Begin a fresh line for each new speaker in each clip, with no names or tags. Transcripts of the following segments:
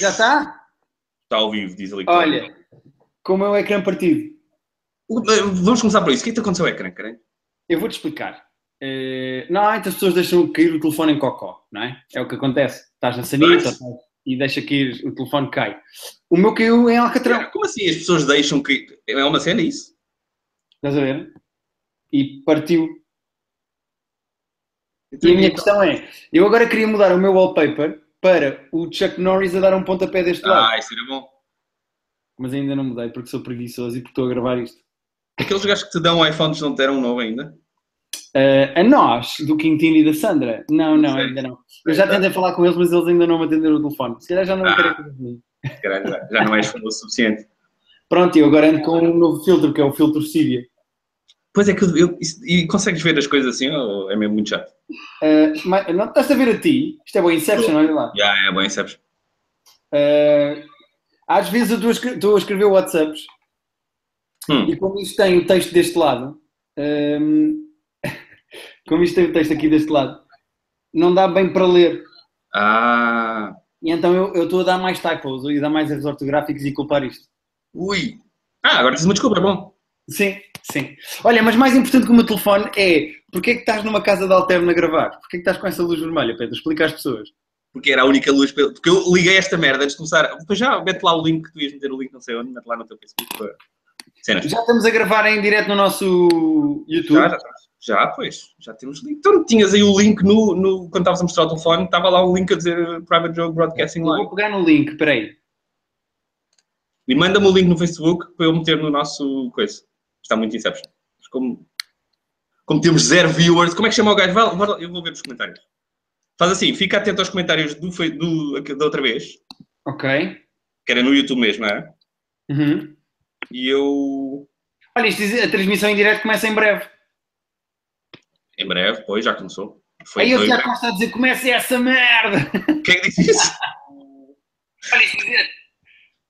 Já está?
Está ao vivo, diz ali. que está ao vivo.
tá? Olha, como é o ecrã partido,
O- Vamos começar por isso. O que é que te aconteceu ao ecrã, Karen?
eu vou-te explicar. Eh, normalmente as pessoas deixam cair o telefone em cocó, não é? É o que acontece. Estás na sanita
Pois.
ou- e deixa cair, o telefone cai. O meu caiu em Alcatrão.
Como assim as pessoas deixam que. É uma cena isso?
Estás a ver? E partiu. E a minha
Então,
questão é, eu agora queria mudar o meu wallpaper para o Chuck Norris a dar um pontapé deste lado.
Ah, isso era bom.
Mas ainda não mudei porque sou preguiçoso e porque estou a gravar isto.
Aqueles gajos que te dão iPhones não te deram um novo ainda.
Eh, a nós, do Quintino e da Sandra. Não, não,
Sei.
ainda não. Eu já tentei falar com eles, mas eles ainda não me atenderam o telefone. Se calhar já não me
Ah.
querem falar comigo.
Caralho, já- já não és famoso o suficiente.
Pronto, eu agora ando com um novo filtro, que é o filtro Síria.
Pois é que eu, eu- isso- e consegues ver as coisas assim ou é mesmo muito chato?
Eh, mas não estás a ver a ti? Isto é bom Inception, olha lá.
Já é bem, sabes?
Eh, às vezes eu estou a escre- estou a escrever WhatsApps
Hum.
E como isto tem o texto deste lado, hum, como isto tem o texto aqui deste lado, não dá bem para ler.
Ah.
E então eu eu estou a dar mais typos e a dar mais erros ortográficos e culpar isto.
Ui. Ah, agora diz uma desculpa, é bom.
Sim, sim. Olha, mas mais importante que o meu telefone é porque é que estás numa casa de alterno a gravar? Porquê é que estás com essa luz vermelha, Pedro? Explica às pessoas.
Porque era a única luz. pelo- Porque eu liguei esta merda antes de começar. Pois já, mete lá o link que tu ias meter o link, não sei onde, mete lá no teu Facebook. para- Cenas.
Já estamos a gravar em direto no nosso YouTube.
Já, já, já, pois. Já temos link. Então, tinhas aí o link no, no- quando estavas a mostrar o telefone, estava lá um link a dizer Private Joke Broadcasting
Eu
Live.
vou pegar no link, peraí.
E manda-me o link no Facebook para eu meter no nosso coisa. Está muito Inception. Mas como, como temos zero viewers, como é que chama o gajo? Vai lá, vai lá, eu vou ver os comentários. Faz assim, fica atento aos comentários do, fe- do- da outra vez,
Ok.
que era no YouTube mesmo, é?
Uhum.
E eu,
Olha, isto diz, a transmissão em direto começa em breve.
em breve, pois, já começou. Foi
Aí eu
dois-
já costa a dizer comece essa merda!
Quem é que disse isso?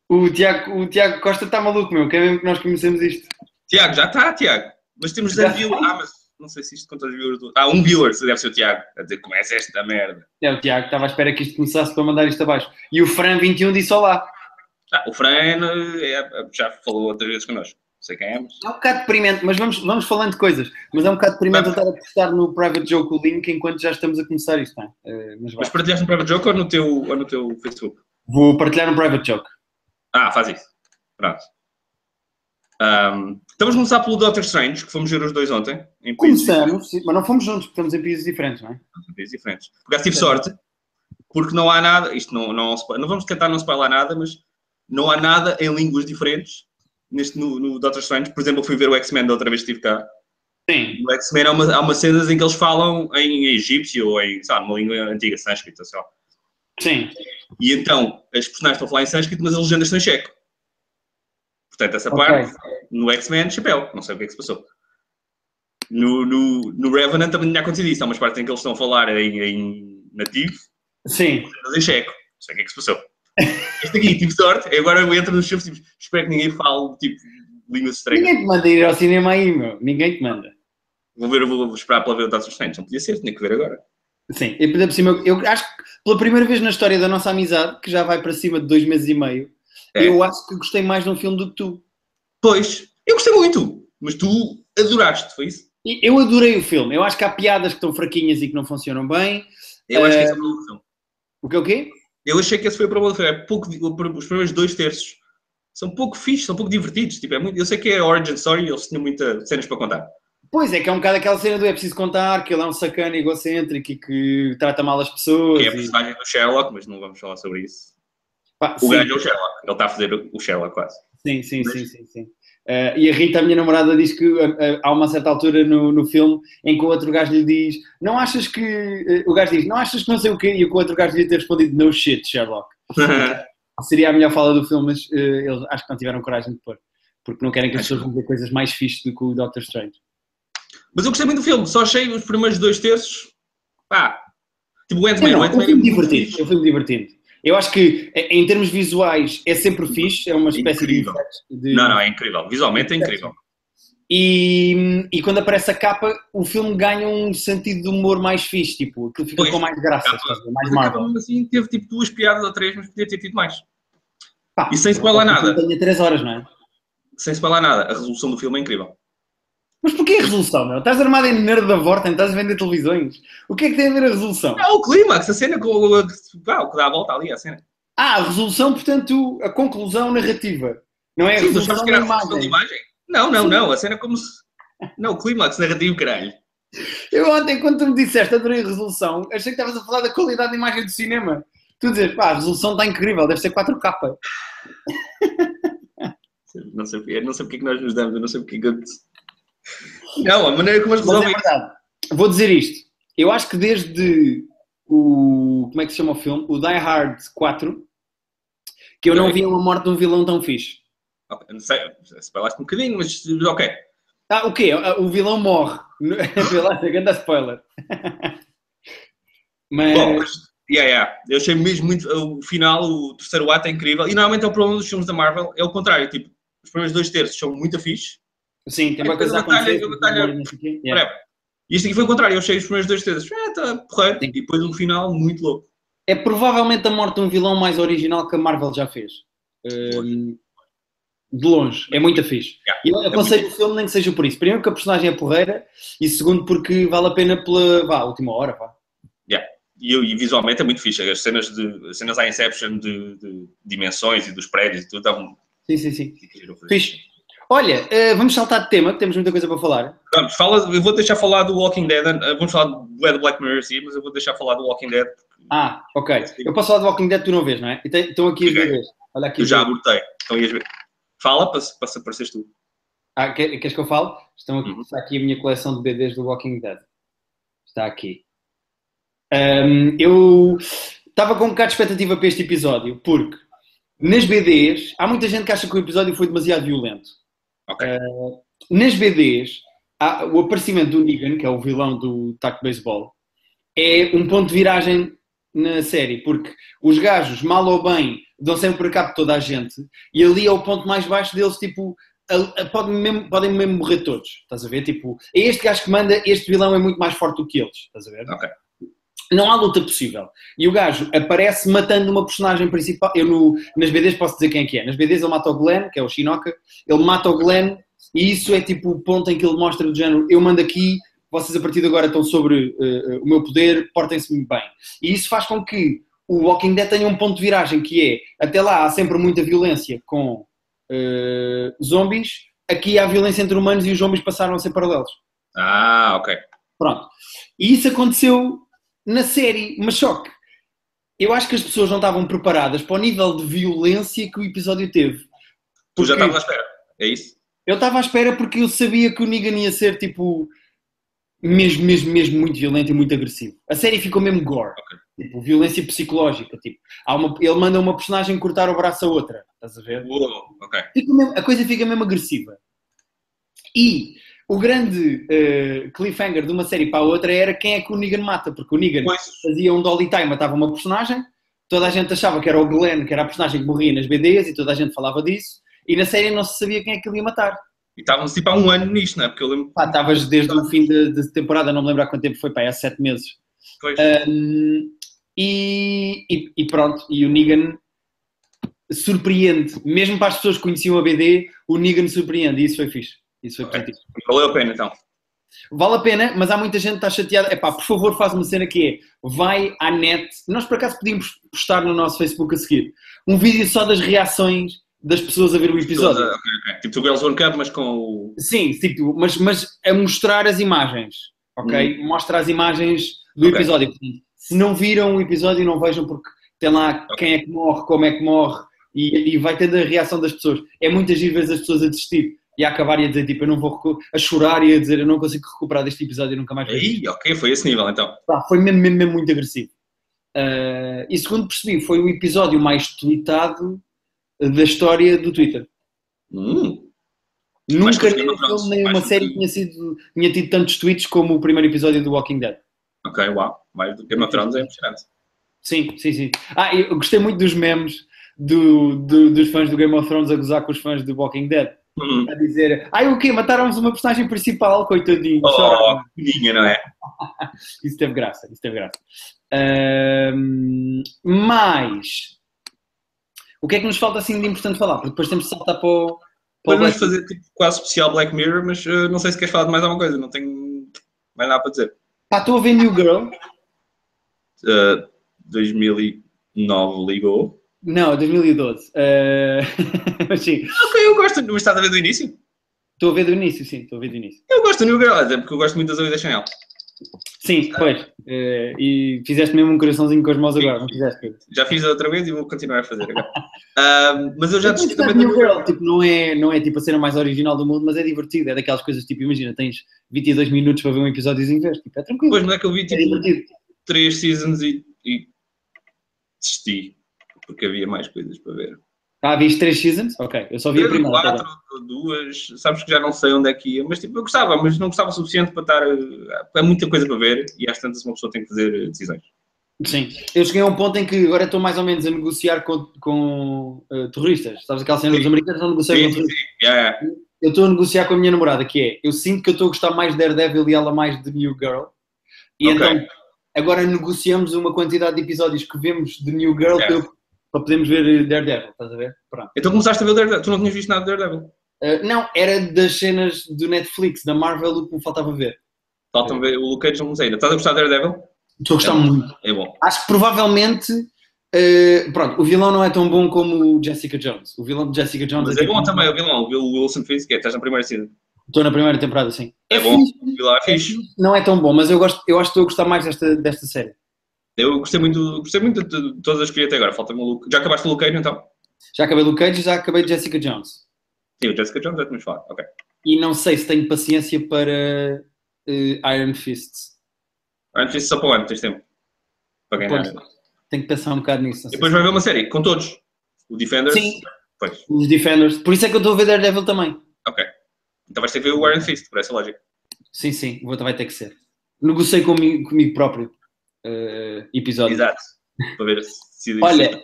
O Tiago, o Tiago Costa está maluco, meu. Quer mesmo que nós comecemos isto?
Tiago, já está, Tiago. Mas temos
Já
10 viewers. Ah, mas não sei se isto conta os viewers do. Ah, um viewer, se deve ser o Tiago. A dizer, começa esta merda.
É, o Tiago estava à espera que isto começasse para mandar isto abaixo. E o Fran21 disse olá.
Ah, o Fran eh, é- já falou outras vezes connosco. Não sei quem é, mas.
É um bocado deprimente, mas vamos, vamos falando de coisas. Mas é um bocado deprimente eu estar a postar no private joke o link enquanto já estamos a começar isto. Não? é? Eh, mas vá.
Mas partilhaste no Private Joke ou no teu, ou no teu Facebook?
Vou partilhar um private joke.
Ah, faz isso. Pronto. Ahm, então vamos começar pelo Doctor Strange, que fomos ver os dois ontem. Em países
Começamos, sim, mas não fomos juntos, porque estamos em países diferentes, não é?
diferentes, diferentes. Por acaso tive sorte, porque não há nada. Isto não, não, se- não vamos tentar não spoiler nada, mas não há nada em línguas diferentes neste, no, no Doctor Strange. Por exemplo, eu fui ver o X-Men da outra vez que estive cá.
Sim.
No X-Men há, uma, há umas cenas em que eles falam em egípcio ou em, sabe, uma língua antiga, sânscrito, sei lá.
Sim.
E então, as personagens estão a falar em sânscrito, mas as legendas estão em checo. Portanto, essa
Ok.
parte, no X-Men, chapéu. Não sei o que é que se passou. No, no, no Revenant também tinha acontecido isso. Há umas partes em que eles estão a falar em, em nativo,
Sim.
mas em checo. Não sei o que é que se passou. Este aqui, tive sorte. Agora eu entro nos filmes, tipo, espero que ninguém fale, tipo, línguas estranhas.
Ninguém te manda ir ao cinema aí, meu. Ninguém te manda.
Vou ver, vou, vou esperar pela ver o Doctor Strange. Não podia ser, tinha que ver agora.
Sim, e por cima, eu, eu acho que pela primeira vez na história da nossa amizade, que já vai para cima de dois meses e meio,
É.
eu acho que gostei mais de um filme do que tu.
Pois, eu gostei muito, mas tu adoraste, foi isso?
E eu adorei o filme, eu acho que há piadas que estão fraquinhas e que não funcionam bem.
Eu acho que
Eh,
esse é o problema do filme.
O que é o quê?
Eu achei que esse foi o problema do filme. É pouco, os primeiros dois terços são pouco fixos, são pouco divertidos. Tipo, é muito, eu sei que é Origin Story, eles tinham muitas cenas para contar.
Pois é, que é um bocado aquela cena do é preciso contar que ele é um sacana egocêntrico e que trata mal as pessoas.
Que é a
e-
personagem do Sherlock, mas não vamos falar sobre isso.
Pá,
O
sim,
gajo é o Sherlock, ele está a fazer o Sherlock quase.
sim, sim, sim, sim, sim. Eh, e a Rita, a minha namorada, diz que eh, eh, há uma certa altura no, no filme em que o outro gajo lhe diz: Não achas que. eh, o gajo diz: Não achas que não sei o quê? E o que o outro gajo devia ter respondido: No shit, Sherlock. seria a melhor fala do filme, mas eh, eles acho que não tiveram coragem de pôr. Porque não querem que as
Acho
pessoas vão ver coisas mais fixes do que o Doctor Strange.
mas eu gostei muito do filme, só achei os primeiros dois terços. Pá. Tipo, o Ant-Man.
Não,
o
é um
Ant-Man é
filme
muito
divertido.
fixe.
É um filme divertido. Eu acho que, eh, em termos visuais, é sempre fixe. É uma espécie
Incrível.
de... de...
Não, não, é incrível. Visualmente é incrível.
E, e quando aparece a capa, o filme ganha um sentido de humor mais fixe, tipo, aquilo fica
Pois,
com mais graça,
capa-
estás a ver? mais
Mas acaba
Marvel.
mesmo assim, teve tipo duas piadas ou três, mas podia ter tido mais.
Pá,
E sem spoiler
o filme
nada.
Tenha 3 horas, não é?
Sem spoiler nada. A resolução do filme é incrível.
Mas porquê a resolução, meu? Estás armado em nerd da Vorten, estás a vender televisões. O que é que tem a ver a resolução?
Ah, o clímax, a cena com o, ah, o que dá a volta ali, a cena.
Ah, a resolução, portanto, a conclusão narrativa. Não é a
Sim, tu sabes
resolução
que era
da
a resolução de
imagem.
imagem? Não, não, não. A cena é como se. Não, o clímax narrativo, caralho.
Eu ontem, quando tu me disseste adorei a resolução, achei que estavas a falar da qualidade da imagem do cinema. Tu dizes, pá, a resolução está incrível, deve ser 4K.
Não sei, eu não sei porque é que nós nos damos, eu não sei porque é que eu... Não, a maneira como eles
Mas é
resolvem.
verdade. Vou dizer isto. Eu acho que desde o. Como é que se chama o filme? O Die Hard 4, que eu não vi uma morte de um vilão tão fixe.
Ok, não sei, se falaste um bocadinho, mas ok.
Ah, o quê? O vilão morre. Vê lá, grande spoiler. Mas.
Bom, mas, yeah, yeah. eu achei mesmo muito. O final, o terceiro ato é incrível. E normalmente é o problema dos filmes da Marvel, é o contrário. Tipo, os primeiros dois terços são muito fixe.
Sim, tem uma
É,
coisa a
depois a
acontecer.
batalha- a batalha-
não sei o quê.
Breve. E isto aqui foi o contrário, eu achei os primeiros dois terços. Ah, tá porreiro.
Sim.
E depois um final muito louco.
É provavelmente a morte de um vilão mais original que a Marvel já fez. Hum, de longe. É muito fixe.
Yeah.
Eu aconselho o filme nem que seja por isso. Primeiro que a personagem é porreira e segundo porque vale a pena pela vá, última hora. Pá.
E, eu- e visualmente é muito fixe. As cenas, de, as cenas à Inception de, de dimensões e dos prédios e tudo estavam.
Sim, sim, sim. Fixe. Olha, eh, vamos saltar de tema, que temos muita coisa para falar.
Vamos, fala, eu vou deixar falar do Walking Dead. eh, Vamos falar do é do Black Mirror, sim, mas eu vou deixar falar do Walking Dead.
Ah, ok. Eu posso falar de Walking Dead tu não vês, não é? Então- Estão aqui as
Ok.
duas. Olha aqui.
Eu já
as duas.
abortei. Então ias ver. Fala para, se- para se apareceres tu.
Ah, que- queres que eu fale? Estão aqui,
Uhum.
Está aqui a minha coleção de BDs do Walking Dead. Está aqui. Ahm, eu estava com um bocado de expectativa para este episódio, porque nas BDs há muita gente que acha que o episódio foi demasiado violento.
Ok.
Ah, nas BDs, há- o aparecimento do Negan, que é o vilão do Taco Baseball, é um ponto de viragem na série, porque os gajos, mal ou bem, dão sempre a cabo de toda a gente, e ali é o ponto mais baixo deles, tipo, a- a- podem, mesmo, podem mesmo morrer todos, estás a ver? Tipo, é este gajo que manda, este vilão é muito mais forte do que eles, estás a ver?
Ok.
Não há luta possível. E o gajo aparece matando uma personagem principal. Eu no- nas BDs posso dizer quem é que é. Nas BDs ele mata o Glenn, que é o Shinoka, ele mata o Glenn, e isso é tipo o ponto em que ele mostra do género: eu mando aqui, vocês a partir de agora estão sobre eh, eh, o meu poder, portem-se-me bem. E isso faz com que o Walking Dead tenha um ponto de viragem que é até lá há sempre muita violência com eh, zombies, aqui há violência entre humanos e os zombies passaram a ser paralelos.
Ah, ok.
Pronto. E isso aconteceu na série, mas só que eu acho que as pessoas não estavam preparadas para o nível de violência que o episódio teve.
Tu já
Porque-
estavas à espera. É isso?
eu estava à espera porque eu sabia que o Negan ia ser tipo mesmo, mesmo, mesmo muito violento e muito agressivo. A série ficou mesmo gore. Tipo, violência psicológica. Tipo, há uma- ele manda uma personagem cortar o braço a outra. Estás a ver?
Uou, ok.
Fica mesmo- a coisa fica mesmo agressiva. E o grande eh, cliffhanger de uma série para a outra era quem é que o Negan mata, porque o Negan
Pois,
fazia um dolly time, matava uma personagem, toda a gente achava que era o Glenn, que era a personagem que morria nas BDs e toda a gente falava disso, e na série não se sabia quem é que ele ia matar.
e estávamos tipo há um ano nisto, não é? Porque eu lembro.
Pá, estavas desde o fim da da temporada, não me lembro há quanto tempo foi, pá, é há sete meses.
Pois,
Hum, e, e- e pronto, e o Negan surpreende, mesmo para as pessoas que conheciam a BD, o Negan surpreende, e isso foi fixe. Isso foi
Ok.
positivo.
valeu a pena então.
Vale a pena, mas há muita gente que está chateada. Epá, por favor, faz uma cena que é vai à net. Nós por acaso podíamos postar no nosso Facebook a seguir um vídeo só das reações das pessoas a ver o episódio.
Toda- ok, ok. Tipo o Girls One Cup, mas com o.
Sim, tipo, mas, mas a mostrar as imagens, ok? Mostra as imagens do
Hum. Ok.
episódio. Portanto, Se não viram o episódio, não vejam porque tem lá quem é que morre, como é que morre e, e vai tendo a reação das pessoas. É muitas vezes as pessoas a desistir e a acabar e a dizer, tipo, eu não vou recu- a chorar e a dizer, eu não consigo recuperar deste episódio, eu nunca mais vejo.
Aí, ok, foi esse nível então.
Pá, foi mesmo, mesmo, mesmo muito agressivo. Ah, e segundo percebi, foi o episódio mais tweetado da história do Twitter.
Hum, Acho
Nunca
que o
nem um
Game
filme, nem
of Thrones,
uma
acho que-
série tinha, sido, tinha tido tantos tweets como o primeiro episódio do Walking Dead.
ok, uau. Mais do Game of Thrones é impressionante.
Sim, sim, sim. Ah, eu gostei muito dos memes do- do- dos fãs do Game of Thrones a gozar com os fãs do Walking Dead.
Uhum.
a dizer, ai o quê? Mataram-nos uma personagem principal, coitadinho, chora.
Oh, pequeninha, não é?
Isso teve graça, isso teve graça. Ahm, mas, o que é que nos falta assim de importante falar? Porque depois temos de saltar para o... para o
Vamos
Black-
fazer tipo, quase especial Black Mirror, mas eh, não sei se queres falar de mais alguma coisa, não tenho mais nada para dizer.
Pá, estou a ver New Girl.
Eh, 2009 ligou.
Não, é 2012. Ah, Mas sim,
Ok, eu gosto, mas estás a ver do início?
estou a ver do início, sim, estou a ver do início.
Eu gosto do New Girl, até porque eu gosto muito das Zoe da Chanel.
Sim, pois. Eh, e fizeste mesmo um coraçãozinho com as mãos agora, não fizeste?
Já fiz a outra vez e vou continuar a fazer agora. Ah, mas eu já desisti também um do
New Girl, tipo, não é, não é tipo a cena mais original do mundo, mas é divertido. É daquelas coisas tipo, imagina, tens 22 minutos para ver um episódio e vês, tipo, é tranquilo.
Depois não é que eu vi
é
tipo
divertido.
três seasons e, e desisti. Porque havia mais coisas para ver.
Ah, viste 3 seasons? Ok, eu só vi a
Eu vi
primeira. tá
quatro,
bem.
duas, sabes que já não sei onde é que ia, mas tipo, eu gostava, mas não gostava o suficiente para estar. eh, Há muita coisa para ver e às tantas uma pessoa tem que fazer eh, decisões.
Sim. Eu cheguei a um ponto em que agora estou mais ou menos a negociar com, com eh, terroristas. Sabes aquela cena dos
Sim.
americanos não negociam com
Sim, sim,
terroristas?
sim. Yeah, yeah.
Eu estou a negociar com a minha namorada, que é, eu sinto que eu estou a gostar mais de Daredevil e ela mais de New Girl. E
Ok.
então, agora negociamos uma quantidade de episódios que vemos de New Girl
É.
para, eu- para podermos ver eh, Daredevil, estás a ver? Pronto.
Então começaste a ver Daredevil. Tu não tinhas visto nada de Daredevil.
Uh, não, era das cenas do Netflix, da Marvel, o que me faltava ver.
Faltam ver o Luke Cage, não comecei ainda. Estás a gostar de Daredevil?
Estou a gostar
É.
muito.
É bom.
Acho que provavelmente, uh, pronto, o vilão não é tão bom como o Jessica Jones. O vilão de Jessica Jones
Mas é
tipo-
bom também o vilão. O Will Wilson fez que é, estás na primeira season.
Estou na primeira temporada, sim.
É bom. O vilão é fixe.
Não é tão bom, mas eu, gosto, eu acho que estou a gostar mais desta, desta série.
Eu gostei muito, gostei muito de de todas as que vi até agora. Falta-me o Luke. Já acabaste o Luke Cage então?
Já acabei do Cage, já acabei de Jessica Jones.
Sim, o Jessica Jones já tínhamos falado. Ok.
E não sei se tenho paciência para eh, Iron Fist.
Ah, Antes disso, só para o ano, tens tempo. Para ganhar.
Pois. Tenho que pensar um bocado nisso. não sei
Depois
se-
vai ver uma série com todos. O Defenders.
Sim.
Pois.
Os Defenders. Por isso é que eu estou a ver Daredevil também.
Ok. Então vais ter que ver o Iron Fist, por essa lógica.
Sim, sim, vou, vai ter que ser. Negociei comigo, comigo próprio eh, episódio.
Exato. Para ver se.
Olha,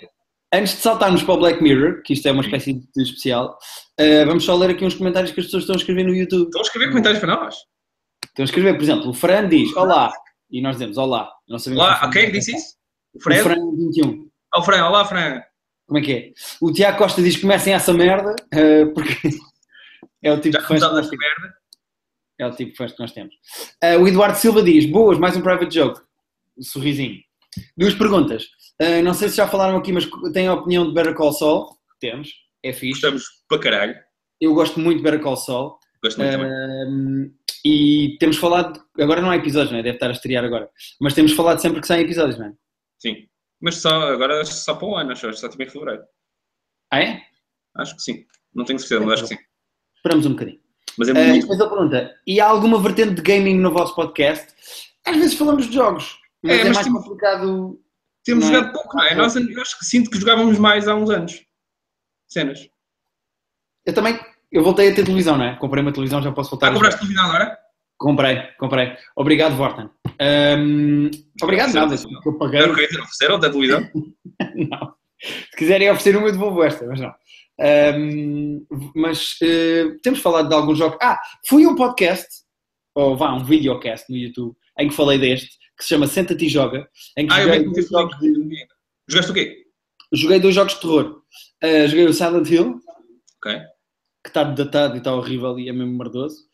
Antes de saltarmos para o Black Mirror, que isto é uma espécie de especial, eh, vamos só ler aqui uns comentários que as pessoas estão a escrever no YouTube.
Estão a escrever comentários para nós.
Estão a escrever, por exemplo, o Fran diz Olá. E nós dizemos Olá. Não sabemos
Olá,
quem
a quem é que
foi.
disse isso? O
O
Fred?
Fran 21.
Oh, Fran, olá, Fran.
Como é que é? O Tiago Costa diz que comecem essa merda, eh, porque é o tipo
Já
de fãs que
começámos
nós
esta
temos.
merda?
É o tipo de fãs que nós temos. Eh, o Eduardo Silva diz, boas, mais um private joke. Sorrisinho. Duas perguntas. Eh, não sei se já falaram aqui, mas têm a opinião de Better Call Saul? Temos. É fixe.
Gostamos para caralho.
Eu gosto muito de Better Call Saul.
Gosto muito também.
Ehm, e temos falado, agora não há episódios, não é? Deve estar a estrear agora. Mas temos falado sempre que saem episódios, não é?
Sim. Mas só, agora só para um ano, acho. Só também em fevereiro.
Ah é?
Acho que sim. Não tenho certeza, mas acho que sim.
Esperamos um bocadinho.
Mas é
Uh, e
muito.
depois ele pergunta: e há alguma vertente de gaming no vosso podcast? Às vezes falamos de jogos, mas
É,
é,
mas
mais
temos-
complicado.
Temos
não é?
jogado pouco, não é? Nós, eu acho que sinto que jogávamos mais há uns anos. Cenas.
Eu também eu voltei a ter televisão, não é? Comprei uma televisão, já posso voltar.
Ah,
a
compraste televisão agora?
jogar. Comprei, comprei. Obrigado, Vorten. Ahm, obrigado, nada.
Não.
Eu paguei.
Era É o que ofereceram da televisão?
Não. Se quiserem oferecer uma, eu devolvo esta, mas não. Ahm, mas eh, temos falado de alguns jogos. Ah, fui a um podcast, ou vá, um videocast no YouTube, em que falei deste, que se chama Senta-te e Joga, em que
Ah, eu
joguei
vi que
dois
meteste o
jogos de-
link. Jogaste o quê?
Joguei dois jogos de terror. Uh, joguei o Silent Hill,
Ok.
que está datado e está horrível e é mesmo merdoso.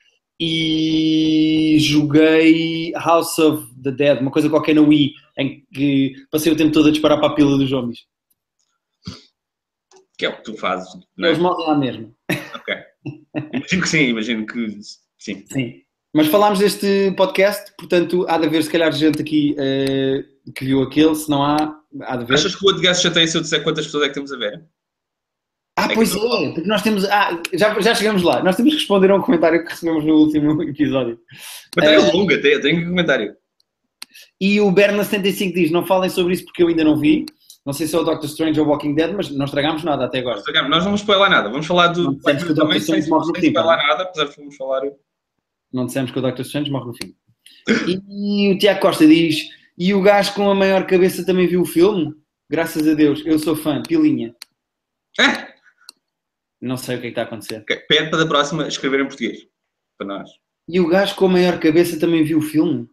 E joguei House of the Dead, uma coisa qualquer na Wii, em que passei o tempo todo a disparar para a pila dos zombies.
Que é o que tu fazes, não é?
Eles morrem lá mesmo.
Imagino que sim, imagino que sim.
Sim. Mas falámos deste podcast, portanto há de haver se calhar gente aqui uh, que viu aquele, se não há, há de haver.
Achas que o outro gajo chateia se eu disser quantas pessoas é que temos a ver?
Ah,
que
pois
não
é, porque nós temos. Ah, já, já chegamos lá, nós temos que responder a um comentário que recebemos no último episódio.
Comentário
É.
longo até, eu tenho um comentário.
E o Berna75 diz: não falem sobre isso porque eu ainda não vi. Não sei se é o Doctor Strange ou Walking Dead, mas não estragámos nada até agora.
Sacamos, Nós não vamos spoiler nada, vamos falar
Não
do.
dissemos que o é?
também
Dr.
sem,
Strange morre no
sem
fim,
spoiler nada, apesar de vamos falar.
Não dissemos que o Doctor Strange morre no fim. E o Tiago Costa diz: e o gajo com a maior cabeça também viu o filme? Graças a Deus, eu sou fã, pilinha.
Ah,
Não sei o que é que está a acontecer.
É, Ok, Pede para da próxima escrever em português. Para nós.
E o gajo com a maior cabeça também viu o filme.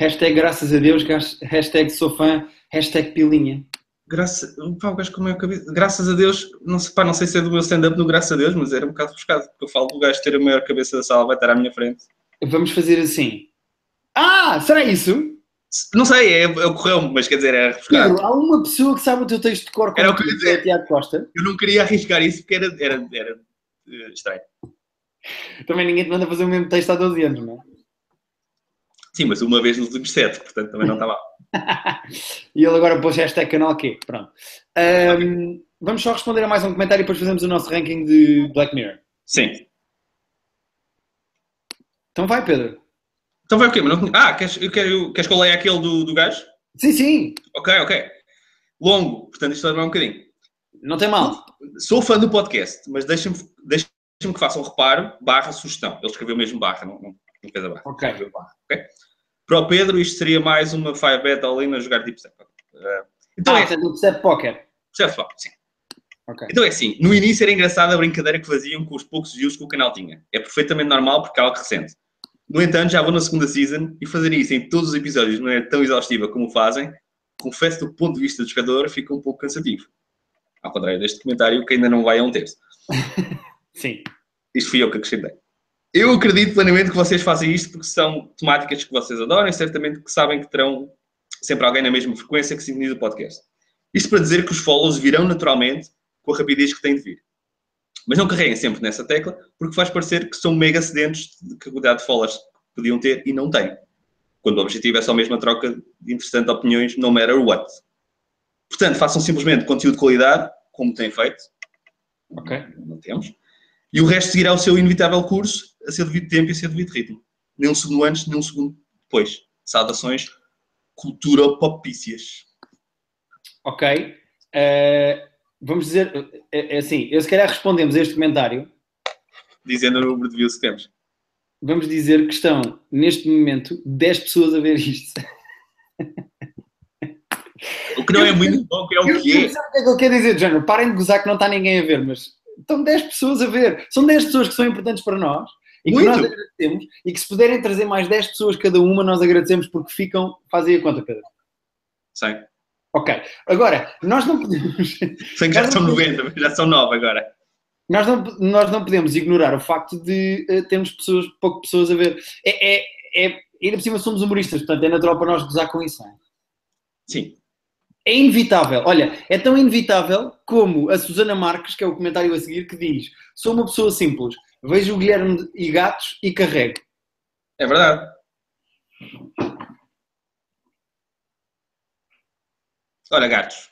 Hashtag graças a Deus, gas- hashtag sou fã, hashtag pilinha.
Graça... Pá, o gajo com a maior cabeça. Graças a Deus, não sei, pá, não sei se é do meu stand-up no Graças a Deus, mas era um bocado buscado. Porque eu falo do gajo ter a maior cabeça da sala, vai estar à minha frente.
Vamos fazer assim. Ah, será isso?
Não sei, é, é, ocorreu-me, mas quer dizer, era rebuscado.
Pedro, há uma pessoa que sabe o teu texto de cor como
Era o que eu ia
tu, que é
dizer.
o Tiago Costa.
Eu não queria arriscar isso porque era, era, era eh, estranho.
Também ninguém te manda fazer o mesmo texto há 12 anos, não é?
Sim, mas uma vez nos últimos sete, portanto também não está mal.
E ele agora pôs hashtag canal Q. Pronto. Ahm, vamos só responder a mais um comentário e depois fazemos o nosso ranking de Black Mirror.
Sim.
Então vai, Pedro.
Então vai o quê? Mas não tinha- Ah, queres, eu quero, queres que eu leia aquele do, do gajo?
Sim, sim.
Ok, ok. Longo, portanto isto vai demorar um bocadinho.
Não tem mal.
Sou fã do podcast, mas deixem-me deixem que façam reparo, barra sugestão. Ele escreveu mesmo barra, não, não, não fez a barra.
Ok.
Escreveu barra, ok? Para o Pedro, isto seria mais uma 5-bet all-in a jogar tipo 7. Então
Ah,
é,
portanto, o Step Poker.
percebes, Paulo? Sim.
Ok.
Então é assim, no início era engraçada a brincadeira que faziam com os poucos views que o canal tinha. É perfeitamente normal porque é algo recente. No entanto, já vou na segunda season e fazer isso em todos os episódios de maneira tão exaustiva como fazem, confesso que do ponto de vista do jogador fica um pouco cansativo. Ao contrário deste comentário que ainda não vai a um terço.
Sim.
Isto fui eu que acrescentei. Eu acredito plenamente que vocês fazem isto porque são temáticas que vocês adoram e certamente que sabem que terão sempre alguém na mesma frequência que sintoniza o podcast. Isto para dizer que os follows virão naturalmente com a rapidez que têm de vir. Mas não carreguem sempre nessa tecla porque faz parecer que são mega sedentos de que a quantidade de follows que podiam ter e não têm. Quando o objetivo é só mesmo a troca de interessantes opiniões, no matter what. Portanto, façam simplesmente conteúdo de qualidade, como têm feito.
Ok.
Não temos. E o resto seguirá o seu inevitável curso, a seu devido tempo e a seu devido ritmo. Nem um segundo antes, nem um segundo depois. Saudações, cultura popícias.
Ok. Eh, vamos dizer, é, é assim, eu se calhar respondemos a este comentário,
Dizendo o número de views que temos.
vamos dizer que estão, neste momento, 10 pessoas a ver isto.
O que não é muito bom, que é
Eu
o
não
que
sei o
é.
que é que ele quer dizer, de género, parem de gozar que não está ninguém a ver, mas estão 10 pessoas a ver. São 10 pessoas que são importantes para nós e
Muito.
que nós agradecemos e que se puderem trazer mais 10 pessoas cada uma, nós agradecemos porque ficam, fazem a conta, Pedro.
Sei.
Ok. Agora, nós não podemos.
Sei que já são 90, mas já são 9 agora.
Nós não, nós não podemos ignorar o facto de eh, termos pessoas, pouco pessoas a ver. É, é, é- ainda por cima somos humoristas, portanto é natural para nós gozar com isso. não é?
Sim.
É inevitável. Olha, é tão inevitável como a Susana Marques, que é o comentário a seguir, que diz: Sou uma pessoa simples, vejo o Guilherme e gatos e carrego.
É verdade. Olha, gatos.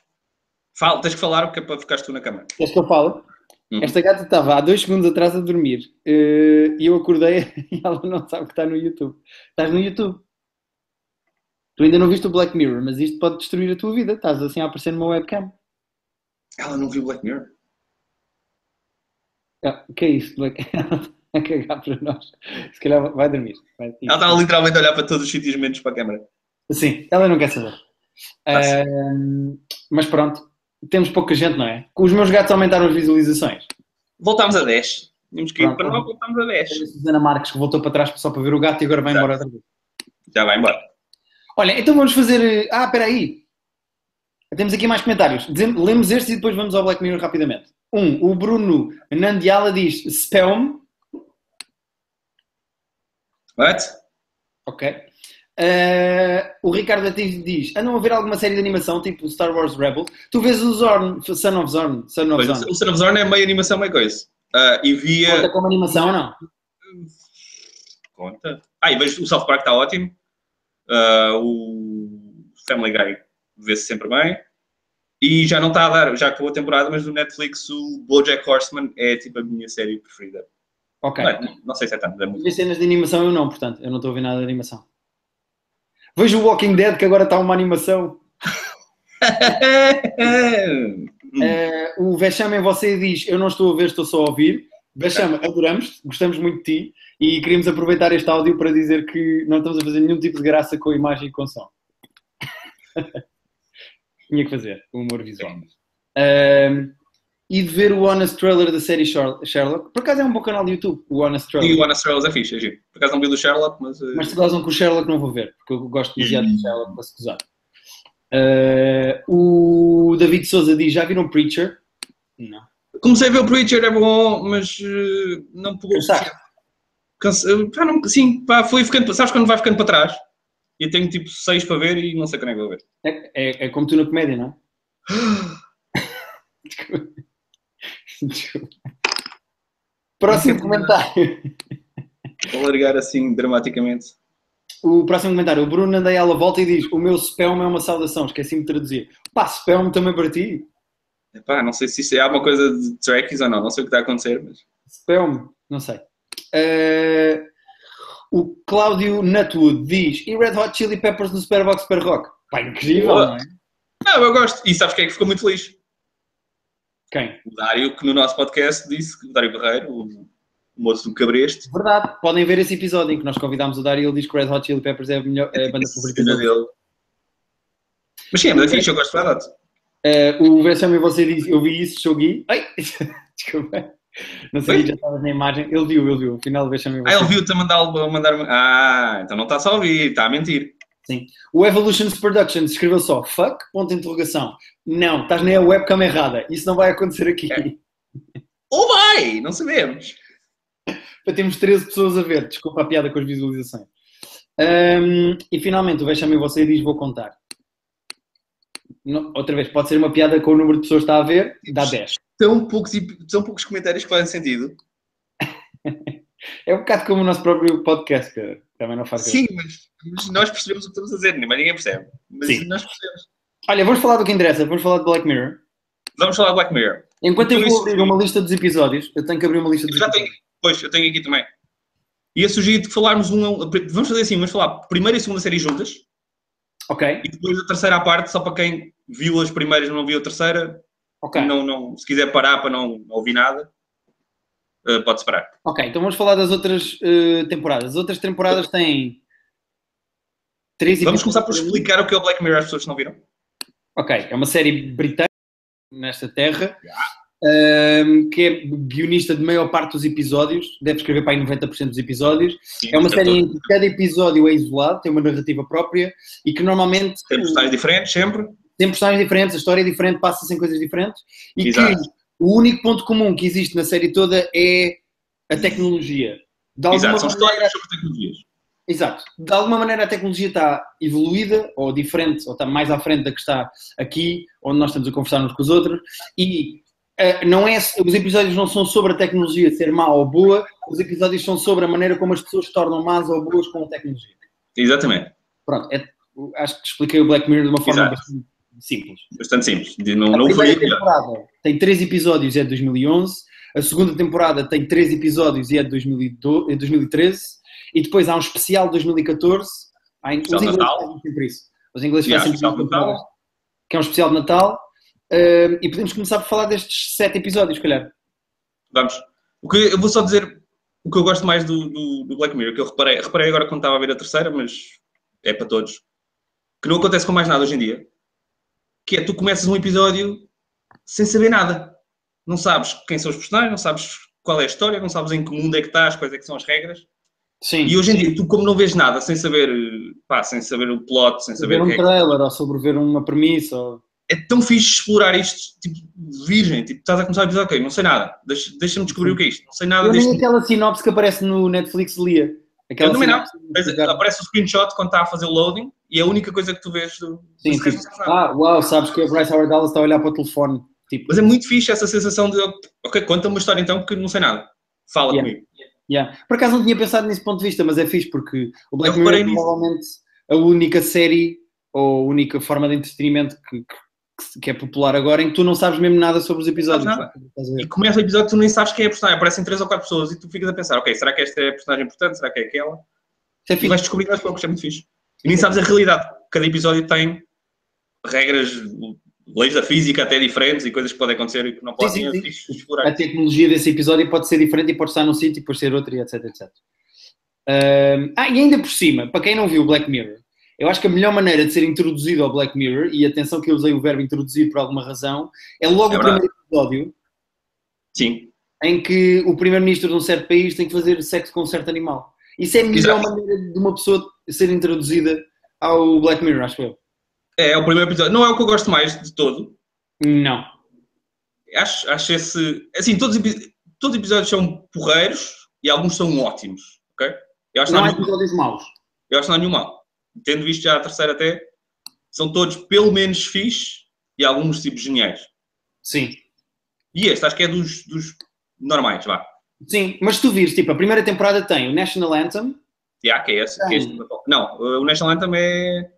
Fala, tens que falar porque é para ficares tu na cama.
Queres que eu falo?
Uhum.
Esta gata estava há dois segundos atrás a dormir eh, e eu acordei e ela não sabe que está no YouTube. Estás no YouTube. Tu ainda não viste o Black Mirror, mas isto pode destruir a tua vida. Estás assim a aparecer numa webcam.
Ela não viu Black Mirror.
Ah, O que é isso? Black... a cagar para nós. Se calhar vai dormir. Vai-
Ela tá estava literalmente a olhar para todos os sítios menos para a câmara.
Sim, ela não quer saber.
Ah, sim.
Ahm, mas pronto, temos pouca gente, não é? Os meus gatos aumentaram as visualizações.
Voltámos a 10. Tínhamos que ir
Pronto.
para lá, voltámos a
A
10.
Susana Marques que voltou para trás só para ver o gato e agora vai
Exato.
embora outra vez.
Já vai embora.
Olha, então vamos fazer. Ah, espera aí. Temos aqui mais comentários. Dizem- Lemos estes e depois vamos ao Black Mirror rapidamente. Um, o Bruno Nandiala diz Spelm.
What?
Ok. Ah, o Ricardo Ativo diz: Andam a ver alguma série de animação, tipo Star Wars Rebels? Tu vês o Zorn, Son of Zorn, Son of
Pois,
Zorn.
o Son of Zorn é meio animação, meio coisa. Ah, e
Conta
via.
como animação ou não?
Conta. Ah, e vejo o South Park está ótimo. Ah, o Family Guy vê-se sempre bem. E já não está a dar, já acabou a temporada, mas no Netflix o Bojack Horseman é tipo a minha série preferida.
Ok.
Não, não sei se é tanto, é muito.
Vês cenas de animação, eu não, portanto, eu não estou a ver nada de animação. Vejo o Walking Dead, que agora está uma animação.
é
Eh, o Vexame em você diz: Eu não estou a ver, estou só a ouvir. Vexame, adoramos, gostamos muito de ti e queríamos aproveitar este áudio para dizer que não estamos a fazer nenhum tipo de graça com a imagem e com o som. Tinha que fazer, o humor visual. Eh, e de ver o Honest Trailer da série Sherlock. Sherlock. Por acaso é um bom canal de YouTube, o Honest
E
Trailer.
o Ana Sorrells é fixe, é giro. Por acaso não vi o do Sherlock, mas. eh,
Mas se gozam com o Sherlock não vou ver, porque eu gosto demasiado de Sherlock para se gozar. Eh, o David Souza diz, já viram Preacher? Não.
Comecei a ver o Preacher, é bom, mas eh, não pegou.
Cansaste?
Cansa- eh, pá, não- sim, pá, foi ficando. Sabes quando vai ficando para trás? E eu tenho tipo seis para ver e não sei quando é que vou ver.
É, é- é como tu na comédia, não é? Desculpa. Desculpa. Próximo comentário.
Vou largar assim dramaticamente.
O próximo comentário. O Bruno Andaiala volta e diz: O meu spelm é uma saudação. Esqueci-me de traduzir. Pá, spelm também para ti.
Epá, não sei se isso é alguma coisa de trackies ou não, não sei o que está a acontecer, mas.
Spelm. Não sei. Eh, o Cláudio Nutwood diz: E Red Hot Chili Peppers no Superbox Super Rock? Pá, incrível,
Boa.
não é?
Não, eu gosto. E sabes quem é que ficou muito feliz?
Quem?
O Dário, que no nosso podcast disse, que o Dário Barreiro, o moço do Cabreste,
Verdade. Podem ver esse episódio em que nós convidámos o Dário e ele diz que Red Hot Chili Peppers é a, melhor, é a banda favorita
cena
dele.
dele. Mas sim, é muito fixe, eu gosto de verdade.
Uh, o Vessam e você diz, eu vi isso, sou Gui. Ai, desculpa. Não sei, já estavas na imagem. Ele viu, ele viu. Afinal, o Vessam e
Ah,
você.
ele viu-te a mandar-me. a Mandar ah, então não está só a ouvir, está a mentir.
O Evolutions Productions escreveu só, fuck, ponto de interrogação. Não, estás na webcam errada. Isso não vai acontecer aqui.
É. Ou vai, não sabemos.
Para termos 13 pessoas a ver. Desculpa a piada com as visualizações. Um, e finalmente, o Vessam e você diz, vou contar. Não, outra vez, pode ser uma piada com o número de pessoas que está a ver, dá 10.
Tão poucos, e- tão poucos comentários que fazem sentido.
É um bocado como o nosso próprio podcast, Pedro. Também não faz
Sim, mas, mas nós percebemos o que estamos a dizer, mas ninguém percebe. Mas
Sim.
nós percebemos.
Olha, vamos falar do que interessa, vamos falar de Black Mirror.
Vamos falar de Black Mirror.
Enquanto eu
Então
vou
isso-
abrir uma lista dos episódios, eu tenho que abrir uma lista
Eu
dos
já tenho,
episódios.
pois, eu tenho aqui também. E eu sugiro que falarmos um. a um- Vamos fazer assim, vamos falar primeira e segunda série juntas
Ok,
e depois a terceira à parte, só para quem viu as primeiras e não viu a terceira.
ok.
Não, não, se quiser parar para não ouvir nada, eh, pode separar.
Ok, então vamos falar das outras eh, temporadas. As outras temporadas têm. Três
Vamos
episódios.
começar por explicar o que é o Black Mirror às pessoas que não viram.
Ok, é uma série britânica nesta terra ehm, que é guionista de maior parte dos episódios, deve escrever para aí 90% dos episódios. É
Então,
uma série em que cada episódio é isolado, tem uma narrativa própria e que normalmente
Tem personagens diferentes, sempre.
tem personagens diferentes, a história é diferente, passa-se em coisas diferentes e
Exato.
que o único ponto comum que existe na série toda é a tecnologia. De alguma
Exato, são
maneira,
histórias sobre tecnologias.
exato. De alguma maneira a tecnologia está evoluída ou diferente, ou está mais à frente da que está aqui, onde nós estamos a conversar uns com os outros, e eh, não é, os episódios não são sobre a tecnologia ser má ou boa, os episódios são sobre a maneira como as pessoas se tornam más ou boas com a tecnologia.
Exatamente.
Pronto, é- acho que expliquei o Black Mirror de uma forma
Exato.
bastante simples.
Bastante simples. De- Não,
É A
não foi
primeira
a melhor.
temporada tem três episódios e é de 2011. A segunda temporada tem três episódios e é de 2012 é de 2013. E depois há um especial de 2014. Há in- Os
Especial de
ingleses
Natal.
fazem sempre isso. Os ingleses
Yeah,
fazem
especial
sempre
de Natal.
isso. Que é um especial de Natal. Ahm, e podemos começar por falar destes sete episódios, se calhar.
Vamos. O que eu vou só dizer o que eu gosto mais do, do, do Black Mirror, que eu reparei, reparei agora quando estava a ver a terceira, mas é para todos. Que não acontece com mais nada hoje em dia. Que é tu começas um episódio sem saber nada. Não sabes quem são os personagens, não sabes qual é a história, não sabes em que mundo é que estás, quais é que são as regras.
Sim.
E hoje em dia, tu como não vês nada, sem saber, pá, sem saber o plot, sem saber
ver
o
um
que é que
trailer ou sobre ver uma premissa. Ou...
é tão fixe explorar isto, tipo, virgem, tipo, estás a começar a episódio, ok, não sei nada, deixa- deixa-me descobrir o que é isto, não sei nada
Eu
deste
nem aquela sinopse que aparece no Netflix lia. Aquela
Eu também não. ah,
sinopse-
Mas aparece o screenshot quando está a fazer o loading e é a única coisa que tu vês do.
Sim,
do resto
tipo,
não sabes nada.
ah, uau, sabes que a Bryce Howard Dallas está a olhar para o telefone. Tipo,
Mas é muito fixe essa sensação de ok, conta-me uma história então porque não sei nada. Fala
Yeah.
comigo.
Yeah. Por acaso não tinha pensado nesse ponto de vista, mas é fixe porque o Black Mirror
Eu reparei
é
nisso.
provavelmente a única série ou a única forma de entretenimento que, que- que é popular agora em que tu não sabes mesmo nada sobre os episódios.
Não sabes
Estás a ver?
E começa o episódio, tu nem sabes quem é a personagem, aparecem três ou quatro pessoas e tu ficas a pensar, ok, será que esta é a personagem importante? Será que é aquela?
Isso é
E
fixe.
vais descobrir aos poucos, é muito fixe. E nem sabes a realidade. Cada episódio tem regras, leis da física até diferentes e coisas que podem acontecer e que não podem.
sim,
é
sim.
fixe explorar.
A tecnologia desse episódio pode ser diferente e pode estar num sítio e pode ser outro e etc, etc. Ahm, ah, e ainda por cima, para quem não viu o Black Mirror, eu acho que a melhor maneira de ser introduzido ao Black Mirror, e atenção que eu usei o verbo introduzir por alguma razão, é logo
É
o
verdade.
primeiro episódio,
Sim.
em que o primeiro-ministro de um certo país tem que fazer sexo com um certo animal. Isso é a melhor
Exato.
maneira de uma pessoa ser introduzida ao Black Mirror, acho eu.
É, é o primeiro episódio. Não é o que eu gosto mais de todo.
Não.
Acho, acho esse. Assim, todos, os epi- todos os episódios são porreiros e alguns são ótimos, ok? Eu acho, que
Não é? há
não há nenhum,
episódios maus.
eu acho que não há nenhum mal. Tendo visto já a terceira até, são todos pelo menos fixe e alguns tipos geniais.
Sim.
E este, acho que é dos, dos normais, vá.
Sim, mas se tu vires, tipo, a primeira temporada tem o National Anthem.
Yeah, que é esse, que é este.
Tem.
Não, o National Anthem é.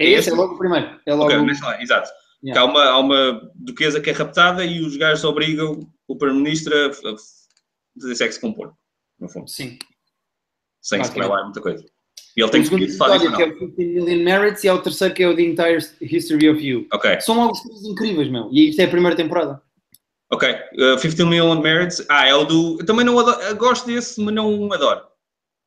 É esse, é logo o primeiro. É logo...
Ok, o National Anthem, exato.
Yeah.
Que há, uma, há uma duquesa que é raptada e os gajos obrigam o primeiro-ministro a a fazer sexo com um porco, no fundo.
Sim.
Sem
Ok.
spoiler muita coisa. E ele tem
O
que
segundo
decidir se faz isso
episódio que
ou
é
não.
o 15 Million Merits e é o terceiro que é o The Entire History of You.
Ok,
São logo os três incríveis, meu. E isto é a primeira temporada.
ok. Uh, 15 Million Merits. Ah, é o do. Eu também não adoro. eu gosto desse, mas não adoro.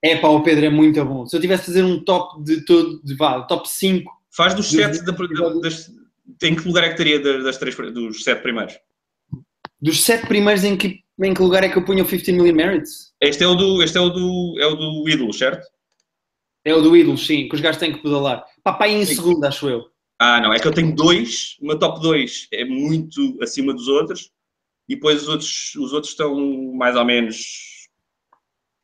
É pá, o Pedro é muito bom. Se eu tivesse de fazer um top de todo, de, vá, top 5
Faz dos
Dos
sete da,
episódios.
das. Em que lugar é que estaria das, das três, dos sete primeiros?
Dos sete primeiros, em que, em que lugar é que eu punho o 15 Million Merits?
Este é o do. Este é o do. É o do ídolo, certo?
É o do ídolo, sim, que os gajos têm que pedalar. Papai em
Sim.
segundo, acho eu.
Ah, não, é que eu tenho dois, o meu top 2 é muito acima dos outros, e depois os outros, os outros estão mais ou menos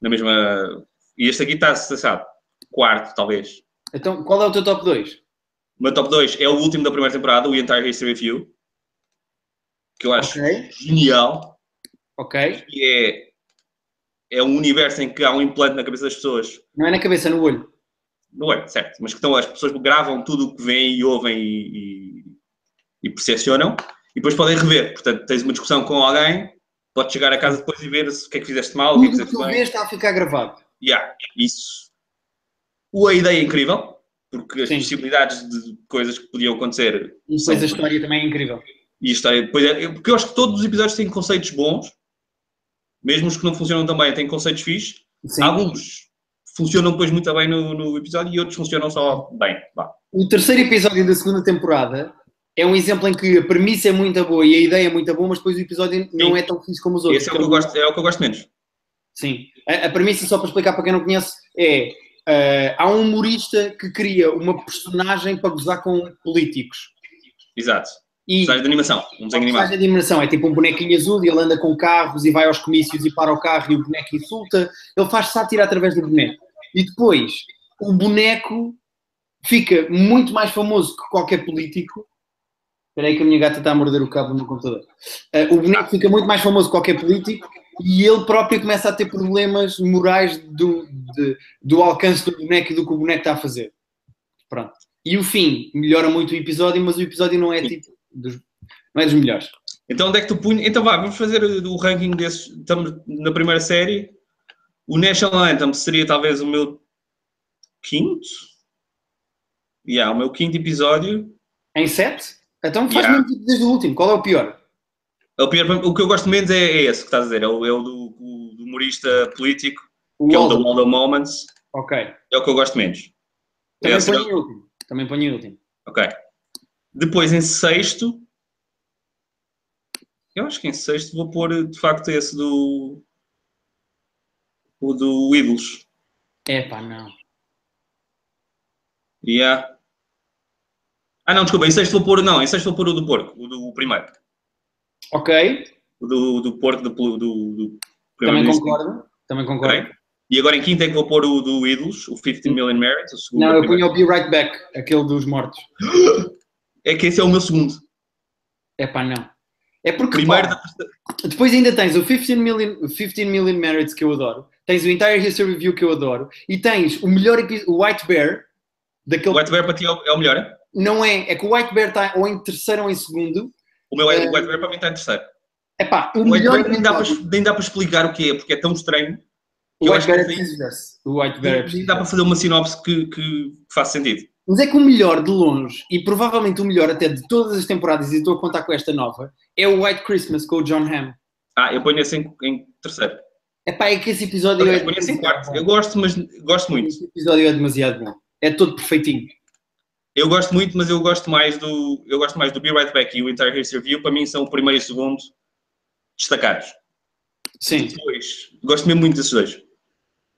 na mesma. E este aqui está, se sabe, quarto, talvez.
Então, qual é o teu top 2?
O meu top 2 é o último da primeira temporada, o Entire History of You, que eu acho
Ok.
genial,
Ok.
que é, é um universo em que há um implante na cabeça das pessoas,
Não é na cabeça, é no olho.
não é, certo, mas que estão, as pessoas gravam tudo o que veem e ouvem e, e, e percepcionam e depois podem rever. Portanto, tens uma discussão com alguém, podes chegar a casa depois e ver se- o que é que fizeste mal, o que é que
Tudo que
fizeste
tu
bem.
vês está a ficar gravado.
Yeah, isso. O- A ideia é incrível, porque as
Sim.
possibilidades de coisas que podiam acontecer
E depois
Sim.
a história também é incrível.
e a história. Depois é, eu- porque eu acho que todos os episódios têm conceitos bons, mesmo os que não funcionam também, têm conceitos fixes.
Sim.
Alguns funcionam depois muito bem no, no episódio e outros funcionam só bem. Vá.
O terceiro episódio da segunda temporada é um exemplo em que a premissa é muito boa e a ideia é muito boa, mas depois o episódio não é tão fixe como os outros.
Esse é o que eu gosto, é o que eu gosto menos.
Sim. A, a premissa, só para explicar para quem não conhece, é eh, há um humorista que cria uma personagem para gozar com políticos.
Exato.
E
Desenho de animação. Um
a
desenho animado.
personagem de imersão é tipo um bonequinho azul e ele anda com carros e vai aos comícios e para o carro e o boneco insulta. Ele faz sátira através do boneco. E depois o boneco fica muito mais famoso que qualquer político. Espera aí que a minha gata está a morder o cabo no computador. Eh, o boneco fica muito mais famoso que qualquer político e ele próprio começa a ter problemas morais do, de- do alcance do boneco e do que o boneco está a fazer. Pronto. E o fim melhora muito o episódio, mas o episódio não é
Sim.
tipo dos, não é dos melhores.
Então onde é que tu punhas? Então vá, vamos fazer o ranking desses. Estamos na primeira série. O National Anthem seria talvez o meu quinto. Yeah, o meu quinto episódio.
Em 7? Então faz
Yeah.
mesmo tipo desde o último. Qual é o pior?
É O, pior- o que eu gosto menos é, é esse que estás a dizer. É o, é o do, o do humorista político,
O
que é o
Aldo.
do Waldo Moments.
Ok.
É o que eu gosto menos.
Também
Esse é
ponho em último. Também ponho em último.
Ok. Depois, em sexto, eu acho que em sexto vou pôr de facto esse do. O do Ídolos.
Epá, não.
Yeah. Ah, não, desculpa, em sexto vou pôr. Não, em sexto vou pôr o do porco, o do primeiro.
Ok.
O do, do porco do. do, do
Também
primeiro-ministro.
concordo. Também concordo.
Ok. E agora em quinto é que vou pôr o do Ídolos, o 15 Million Merit, o segundo.
Não,
da
eu
primeira.
ponho o Be Right Back, aquele dos mortos.
É que esse é o meu segundo.
Epá, não. É porque
Primeiro
Primeiro...
da terceira.
depois ainda tens o 15 million, 15 million Merits que eu adoro, tens o Entire History Review que eu adoro, e tens o melhor episódio, o White Bear,
O
daquele.
White Bear para ti é o, é o melhor, é?
Não é, é que o White Bear está ou em terceiro ou em segundo.
O meu é,
É.
o White Bear para mim está em terceiro.
Epá, o
O White
melhor.
Bear nem dá, para,
episódio-
nem dá para explicar o que é, porque é tão estranho.
O
eu
White
acho que
Bear é
esse aí-
preciso ver-se. O White Bear é
Nem
preciso
dá para fazer uma sinopse que, que faça sentido.
Mas é que o melhor de longe, e provavelmente o melhor até de todas as temporadas, e estou a contar com esta nova, é o White Christmas com o John Hamm.
Ah, eu ponho esse em, em terceiro.
Epá, é que esse episódio
Eu
é.
ponho esse em
demasiado
quarto.
bom.
Eu gosto, mas gosto muito.
Esse episódio é demasiado bom. É todo perfeitinho.
Eu gosto muito, mas eu gosto mais do eu gosto mais do Be Right Back e o Entire History Review. Para mim são o primeiro e o segundo destacados.
Sim.
Depois, gosto mesmo muito desses dois.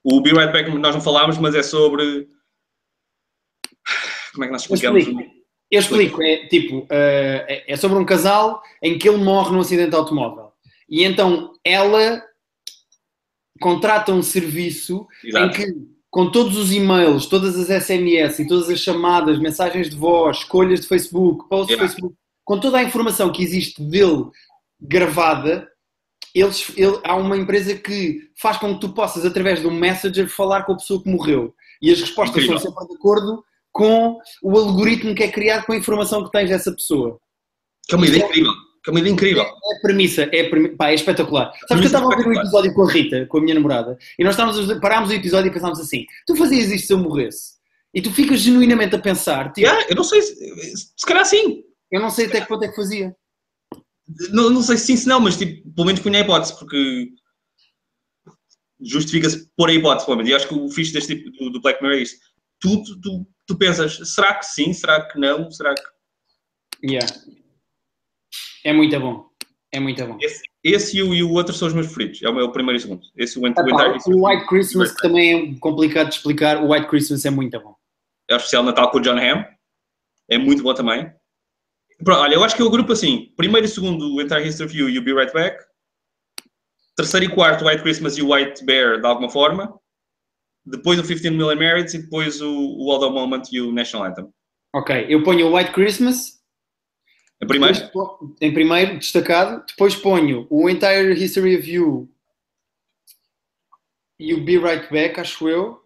O Be Right Back nós não falámos, mas é sobre. Como é que nós
Eu
explicamos?
explico. Eu explico. É tipo, eh, é é sobre um casal em que ele morre num acidente de automóvel. E então ela contrata um serviço em
Exato.
que, com todos os e-mails, todas as SMS e todas as chamadas, mensagens de voz, escolhas de Facebook, posts
Yeah.
de Facebook, com toda a informação que existe dele gravada, eles, ele- há uma empresa que faz com que tu possas, através de um Messenger, falar com a pessoa que morreu. E as respostas
Incrível.
são sempre de acordo com o algoritmo que é criado com a informação que tens dessa pessoa.
Que é uma ideia incrível. Que é uma ideia incrível.
É a premissa, é, a premi- pá, é espetacular. Sabes que eu
premissa
estava a ver um
espetacular.
episódio com a Rita, com a minha namorada, e nós estávamos, os dois- parámos o episódio e pensámos assim: tu fazias isto se eu morresse? E tu ficas genuinamente a pensar, tipo,
Yeah, eu não sei, se, se calhar sim.
eu não sei até que ponto é que fazia.
Não, não sei se sim, se não, mas tipo, pelo menos punha a hipótese, porque justifica-se pôr a hipótese, pelo menos. E acho que o fixe deste tipo do, do Black Mirror é isto. Tu, tu, tu, tu pensas, será que sim? Será que não? Será que.
Yeah. É muito bom. É muito bom.
Esse, esse e, o, e o outro são os meus preferidos. É o meu primeiro e o segundo. Esse o Ent-
Ah,
o
pá,
Entire. esse
o White Christmas, que também é complicado de explicar, o White Christmas é muito bom.
É o especial de Natal com o John Hamm. É muito bom também. Pronto, olha, eu acho que eu grupo assim: primeiro e segundo, o Entire History View e o Be Right Back. Terceiro e quarto, White Christmas e o White Bear, de alguma forma. Depois o 15 Million Merits e depois o, o All the Moment e o National Anthem.
Ok, eu ponho o White Christmas
Em primeiro,
depois po- em primeiro, destacado, depois ponho o Entire History of You e o Be Right Back, acho eu.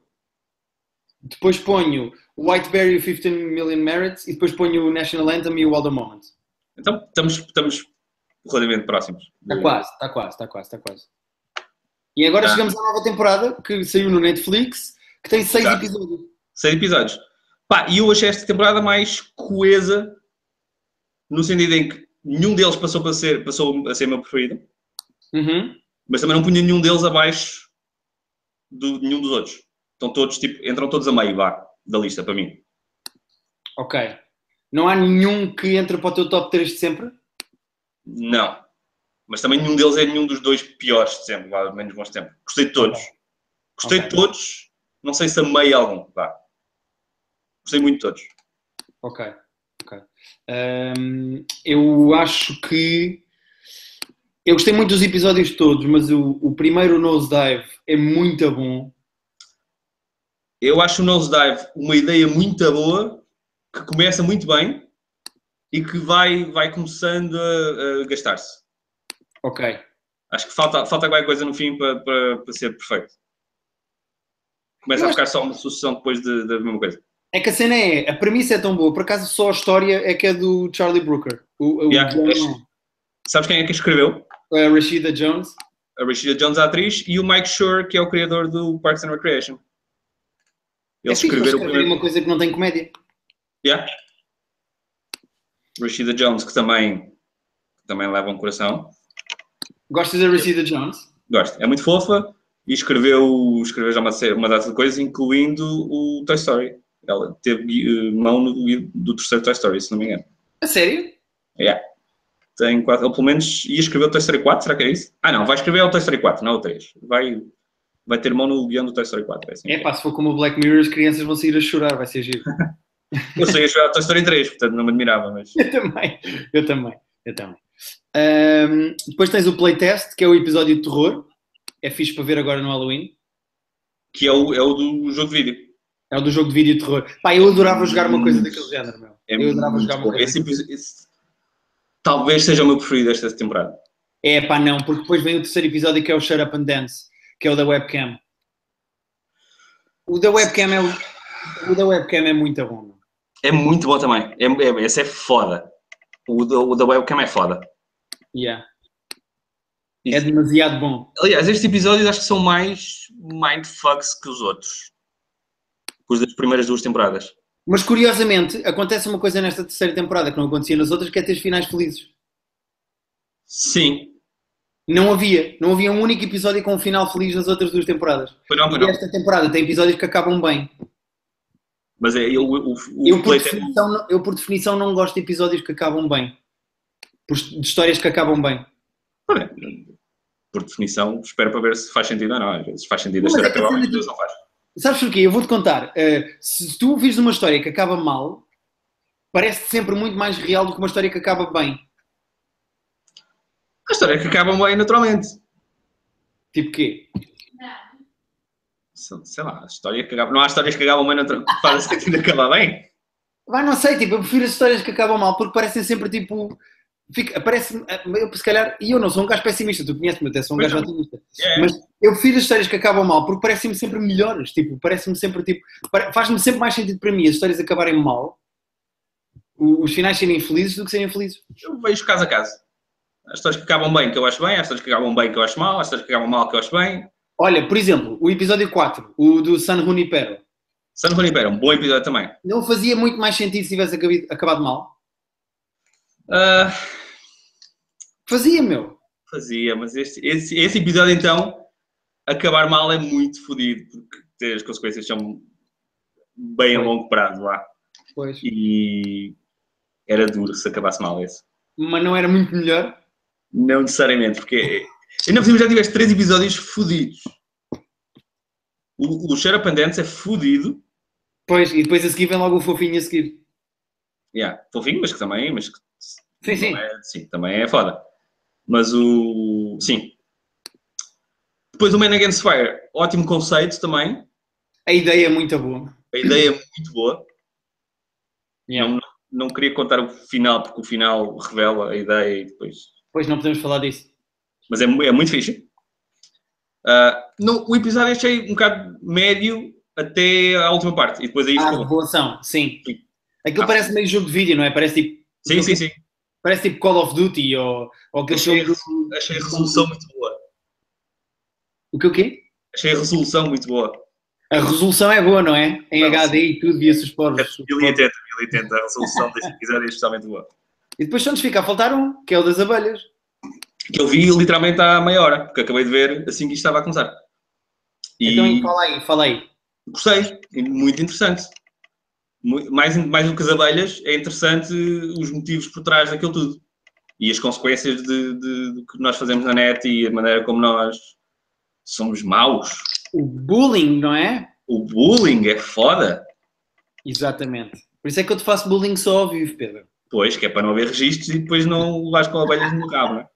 Depois ponho o White Bear e o 15 Million Merits e depois ponho o National Anthem e o All the Moment.
então estamos, estamos relativamente próximos.
Está Tá quase, está quase, está quase, está quase. E agora
Tá.
chegamos à nova temporada que saiu no Netflix, que tem seis
Tá.
episódios.
Seis episódios. Pá, e eu achei esta temporada mais coesa, no sentido em que nenhum deles passou, para ser, passou a ser meu preferido,
Uhum.
mas também não punha nenhum deles abaixo do, de nenhum dos outros. Estão todos, tipo, entram todos a meio, vá, da lista, para mim.
Ok. Não há nenhum que entra para o teu top 3 de sempre?
Não. Mas também nenhum deles é nenhum dos dois piores de sempre, vá, menos bons de sempre. Gostei de todos. Gostei de
Ok.
todos, não sei se amei algum, vá. Gostei muito de todos.
Ok, ok. Ahm, eu acho que. Eu gostei muito dos episódios todos, mas o, o primeiro Nosedive é muito bom.
Eu acho o Nosedive uma ideia muito boa, que começa muito bem e que vai, vai começando a, a gastar-se.
Ok,
Acho que falta, falta qualquer coisa no fim para, para, para ser perfeito. Começa
Eu
a ficar só uma sucessão depois de- da mesma coisa.
É que a cena é, a premissa é tão boa, por acaso só a história é que é do Charlie Brooker. O, o
Yeah,
John-
acho- Sabes quem é que escreveu?
a Rashida Jones.
A Rashida Jones, a atriz, e o Mike Shore, que é o criador do Parks and Recreation. Eles
é fixe,
escreveram o
escreverem
primeiro.
uma coisa que não tem comédia.
Yeah. Rashida Jones, que também, que também leva um coração.
Gostas da Rashida Jones?
Gosto. É muito fofa e escreveu, escreveu já uma, série- uma data de coisas, incluindo o Toy Story. Ela teve eh, mão no guião do terceiro Toy Story, se não me engano.
A sério?
Tem quatro, ou pelo menos ia escrever o Toy Story 4, será que é isso? Ah não, vai escrever o Toy Story 4, não é o 3. Vai, vai ter mão no guião do Toy Story 4. É assim.
É pá, se for como o Black Mirror, as crianças vão sair a chorar, vai ser giro.
Eu sei jogar o Toy Story 3, portanto não me admirava, mas...
Eu também, eu também, eu também. Ahm, depois tens o playtest, que é o episódio de terror. É fixe para ver agora no Halloween.
Que é o, é o do jogo de vídeo.
É o do jogo de vídeo de terror. Pá, eu adorava jogar uma coisa daquele género, meu.
É
eu adorava
muito
jogar uma
bom.
coisa.
Esse episo- esse- Talvez seja o meu preferido esta temporada.
É pá, não, porque depois vem o terceiro episódio que é o Shut Up and Dance, que é o da webcam. O da webcam é, o- o da webcam é muito bom, meu.
É muito bom também. É, é- esse é foda. O, do- o da webcam é foda.
Yeah.
Isso.
É demasiado bom.
Aliás, estes episódios acho que são mais mindfucks que os outros. Os das primeiras duas temporadas.
Mas curiosamente, acontece uma coisa nesta terceira temporada que não acontecia nas outras, que é ter finais felizes.
Sim.
Não havia. Não havia um único episódio com um final feliz nas outras duas temporadas.
Foi não, foi
E
não.
esta temporada tem episódios que acabam bem.
Mas é, eu, o, é o,
Eu por,
playtest-
definição, não- eu, por definição, não gosto de episódios que acabam bem. Por- De histórias que acabam bem.
Olha, é? por definição, espero para ver se faz sentido ou não. Às vezes faz sentido a
Mas é
história
que
acabar,
a
mas
cena
às vezes não faz.
Sabes porquê? Eu vou-te contar. Uh, se tu vires uma história que acaba mal, parece sempre muito mais real do que uma história que acaba bem.
A história que acaba bem naturalmente.
Tipo quê?
Sei sei lá, a história que acaba... Não há histórias que acabam bem naturalmente. Faz sentido acabar bem?
Vai, não sei, tipo, eu prefiro as histórias que acabam mal porque parecem sempre tipo. Fica, parece eu, se calhar, e eu não sou um gajo pessimista, tu conheces-me até, sou um
Pois
gajo
não.
otimista.
É.
Mas eu prefiro as histórias que acabam mal porque parecem-me sempre melhores, tipo, parece-me sempre tipo. pare- Faz-me sempre mais sentido para mim as histórias acabarem mal, o- os finais serem felizes do que serem felizes.
Eu vejo caso a caso. Há histórias que acabam bem que eu acho bem, há histórias que acabam bem que eu acho mal, há histórias que acabam mal que eu acho bem.
Olha, por exemplo, o episódio 4, o do San Junipero.
San Junipero, um bom episódio também.
Não fazia muito mais sentido se tivesse acabi- acabado mal?
Ah,
Fazia, meu.
fazia, mas este, esse, esse episódio então, acabar mal é muito fodido, porque as consequências são bem a longo prazo lá.
Pois.
E era duro se acabasse mal esse.
Mas não era muito melhor?
Não necessariamente, porque ainda por cima já tiveste três episódios fodidos. O, o Cheira Pendentes é fodido.
Pois, e depois a seguir vem logo o fofinho a seguir.
Yeah, fofinho, mas que também, mas que
Sim, sim.
Também é, sim, também é foda. Mas o. Sim. Depois o Man Against Fire, ótimo conceito também.
A ideia é muito boa.
A ideia é muito boa.
Yeah.
Não, não queria contar o final, porque o final revela a ideia e depois.
Pois não podemos falar disso.
Mas é, mu- é muito fixe. Ah, não, o episódio achei um bocado médio até à última parte. E depois aí
Ah,
ficou.
revelação, sim.
Sim.
Aquilo
Ah.
parece meio jogo de vídeo, não é? Parece tipo,
Sim, sim, sim.
parece tipo Call of Duty ou, ou aquele
Achei,
jogo. do-
achei a resolução muito boa.
O que o quê?
Achei a resolução muito boa.
A resolução é boa, não é? Em
Não,
HD e tudo, via-se os porvos.
1080, 1080. A resolução desse episódio é especialmente boa.
E depois só nos fica a faltar um, que é o das abelhas.
que eu vi literalmente há meia hora, porque acabei de ver assim que isto estava a começar. E
Então fala aí, fala aí.
gostei, é muito interessante. Mu- Mais, mais do que as abelhas, é interessante os motivos por trás daquilo tudo. E as consequências de, de- do que nós fazemos na net e a maneira como nós somos maus.
O bullying, não é?
O bullying é foda.
Exatamente. Por isso é que eu te faço bullying só ao vivo, Pedro.
Pois, que é para não haver registros e depois não vais com abelhas no rabo, não é?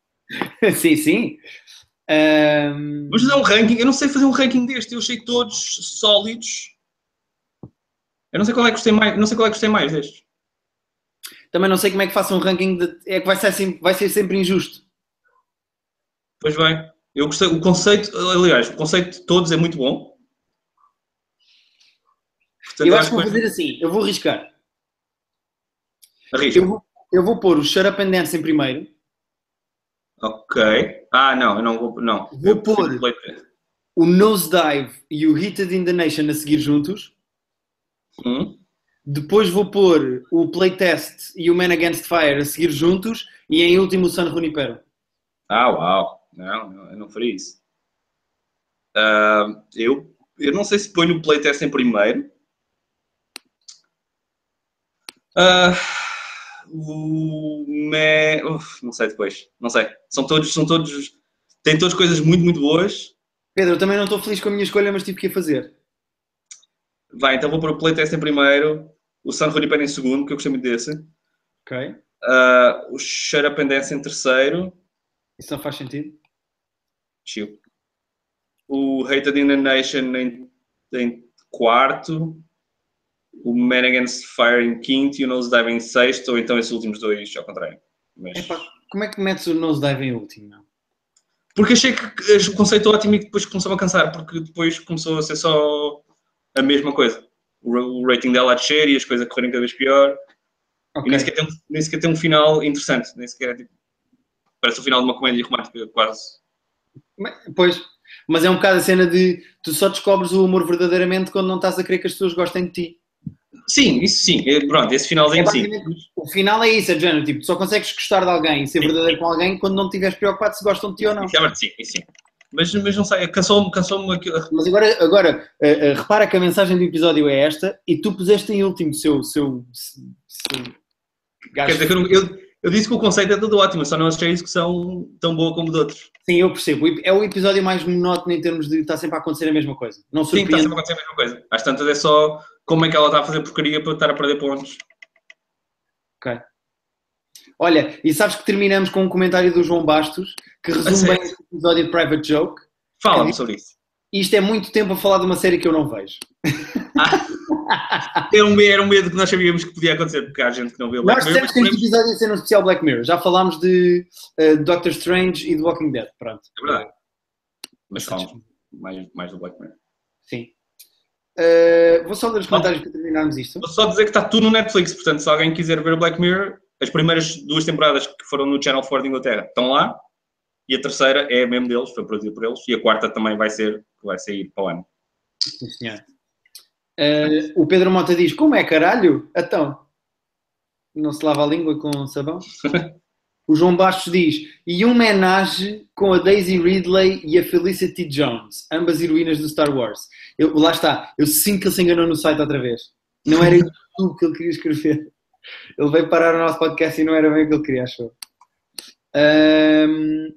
sim, sim. Ahm,
Vamos fazer um ranking. Eu não sei fazer um ranking deste. Eu achei todos sólidos. Eu não sei qual é que gostei mais. Não sei qual é que gostei mais deste.
também não sei como é que faço um ranking de. É que vai ser sempre, vai ser sempre injusto.
Pois bem. Eu gostei. O conceito, aliás, o conceito de todos é muito bom. Portanto, é
eu acho que vou
que
fazer assim, eu vou arriscar.
arrisco.
Eu vou, eu vou pôr o Shut Up and Dance em primeiro,
Ok. Ah, não, eu não vou. Não.
Vou
Eu prefiro
pôr.
leite.
o Nosedive e o Heated in the Nation a seguir juntos.
Hum.
Depois vou pôr o Playtest e o Man Against Fire a seguir juntos. E em último o San Junipero.
Ah, uau. Não, não, eu não faria isso. Ah, eu, eu não sei se ponho o playtest em primeiro. Ah, o me... Uf, não sei depois. Não sei. São todos, são todos. Têm todas coisas muito, muito boas.
Pedro, eu também não estou feliz com a minha escolha, mas tive que a fazer.
Vai, então vou pôr o playtest em primeiro. O San Runipen em segundo, que eu gostei muito desse.
Ok.
Ah, o Shut Up and Dance em terceiro.
Isso não faz sentido.
Chill. O Hated in the Nation em, em quarto, o Man Against Fire em quinto e o Nosedive em sexto, ou então esses últimos dois ao contrário. Mas-
Epá, como é que metes o nosedive em último? Não?
Porque achei que que o conceito ótimo e que depois começou a cansar, porque depois começou a ser só a mesma coisa. O, ra- o rating dela a descer e as coisas a correrem cada vez pior. E
Ok.
nem sequer, tem um, nem sequer tem um final interessante. Nem sequer é tipo. Parece o final de uma comédia romântica, quase.
Mas- Pois, mas é um bocado a cena de tu só descobres o amor verdadeiramente quando não estás a querer que as pessoas gostem de ti.
Sim, isso sim. É, Pronto, esse
É
finalzinho sim.
basicamente- O final é isso, é do género, tipo, tu só consegues gostar de alguém e ser verdadeiro com alguém quando não estiveres preocupado se gostam de ti ou não.
Isso é verdade, sim, isso sim. Mas, mas não sei, cansou-me cansou aquilo.
Mas agora, agora eh, eh, repara que a mensagem do episódio é esta e tu puseste em último seu. seu, seu, seu
Quer
gajo.
dizer, que eu, não- eu, Eu disse que o conceito é todo ótimo, só não achei a execução tão boa como de outros.
Sim, eu percebo. É o episódio mais monótono em termos de está sempre a acontecer a mesma coisa. Não
Sim, está
surpreende.
sempre a acontecer a mesma coisa. Às tantas é só como é que ela está a fazer porcaria para eu estar a perder pontos.
Ok. Olha, e sabes que terminamos com um comentário do João Bastos que resume
sério?
bem este episódio de Private Joke.
Fala-me sobre isso.
Isto é muito tempo a falar de uma série que eu não vejo.
Era um, era um medo que nós sabíamos que podia acontecer, porque há gente que é não vê o Black
Nós dissemos
Mirror. mas
que este
podemos-
episódio ia ser um especial Black Mirror. Já falámos de eh, Doctor Strange e de Walking Dead. Pronto.
É verdade. Mas falamos mais, mais do Black Mirror.
Sim. Eh, vou só ler os comentários para terminarmos isto.
Vou só dizer que está tudo no Netflix, portanto, se alguém quiser ver o Black Mirror, as primeiras duas temporadas que foram no Channel 4 de Inglaterra estão lá, e a terceira é mesmo deles, foi produzida por eles, e a quarta também vai ser, que vai sair para o ano.
Sim, senhor. Eh, o Pedro Mota diz: Como é caralho? Então, não se lava a língua com sabão? o João Bastos diz: E um homenagem com a Daisy Ridley e a Felicity Jones, ambas heroínas do Star Wars. Eu- lá está, eu sinto que ele se enganou no site outra vez. Não era isso tudo que ele queria escrever. Ele veio parar o nosso podcast e não era bem o que ele queria, achou. Ahm,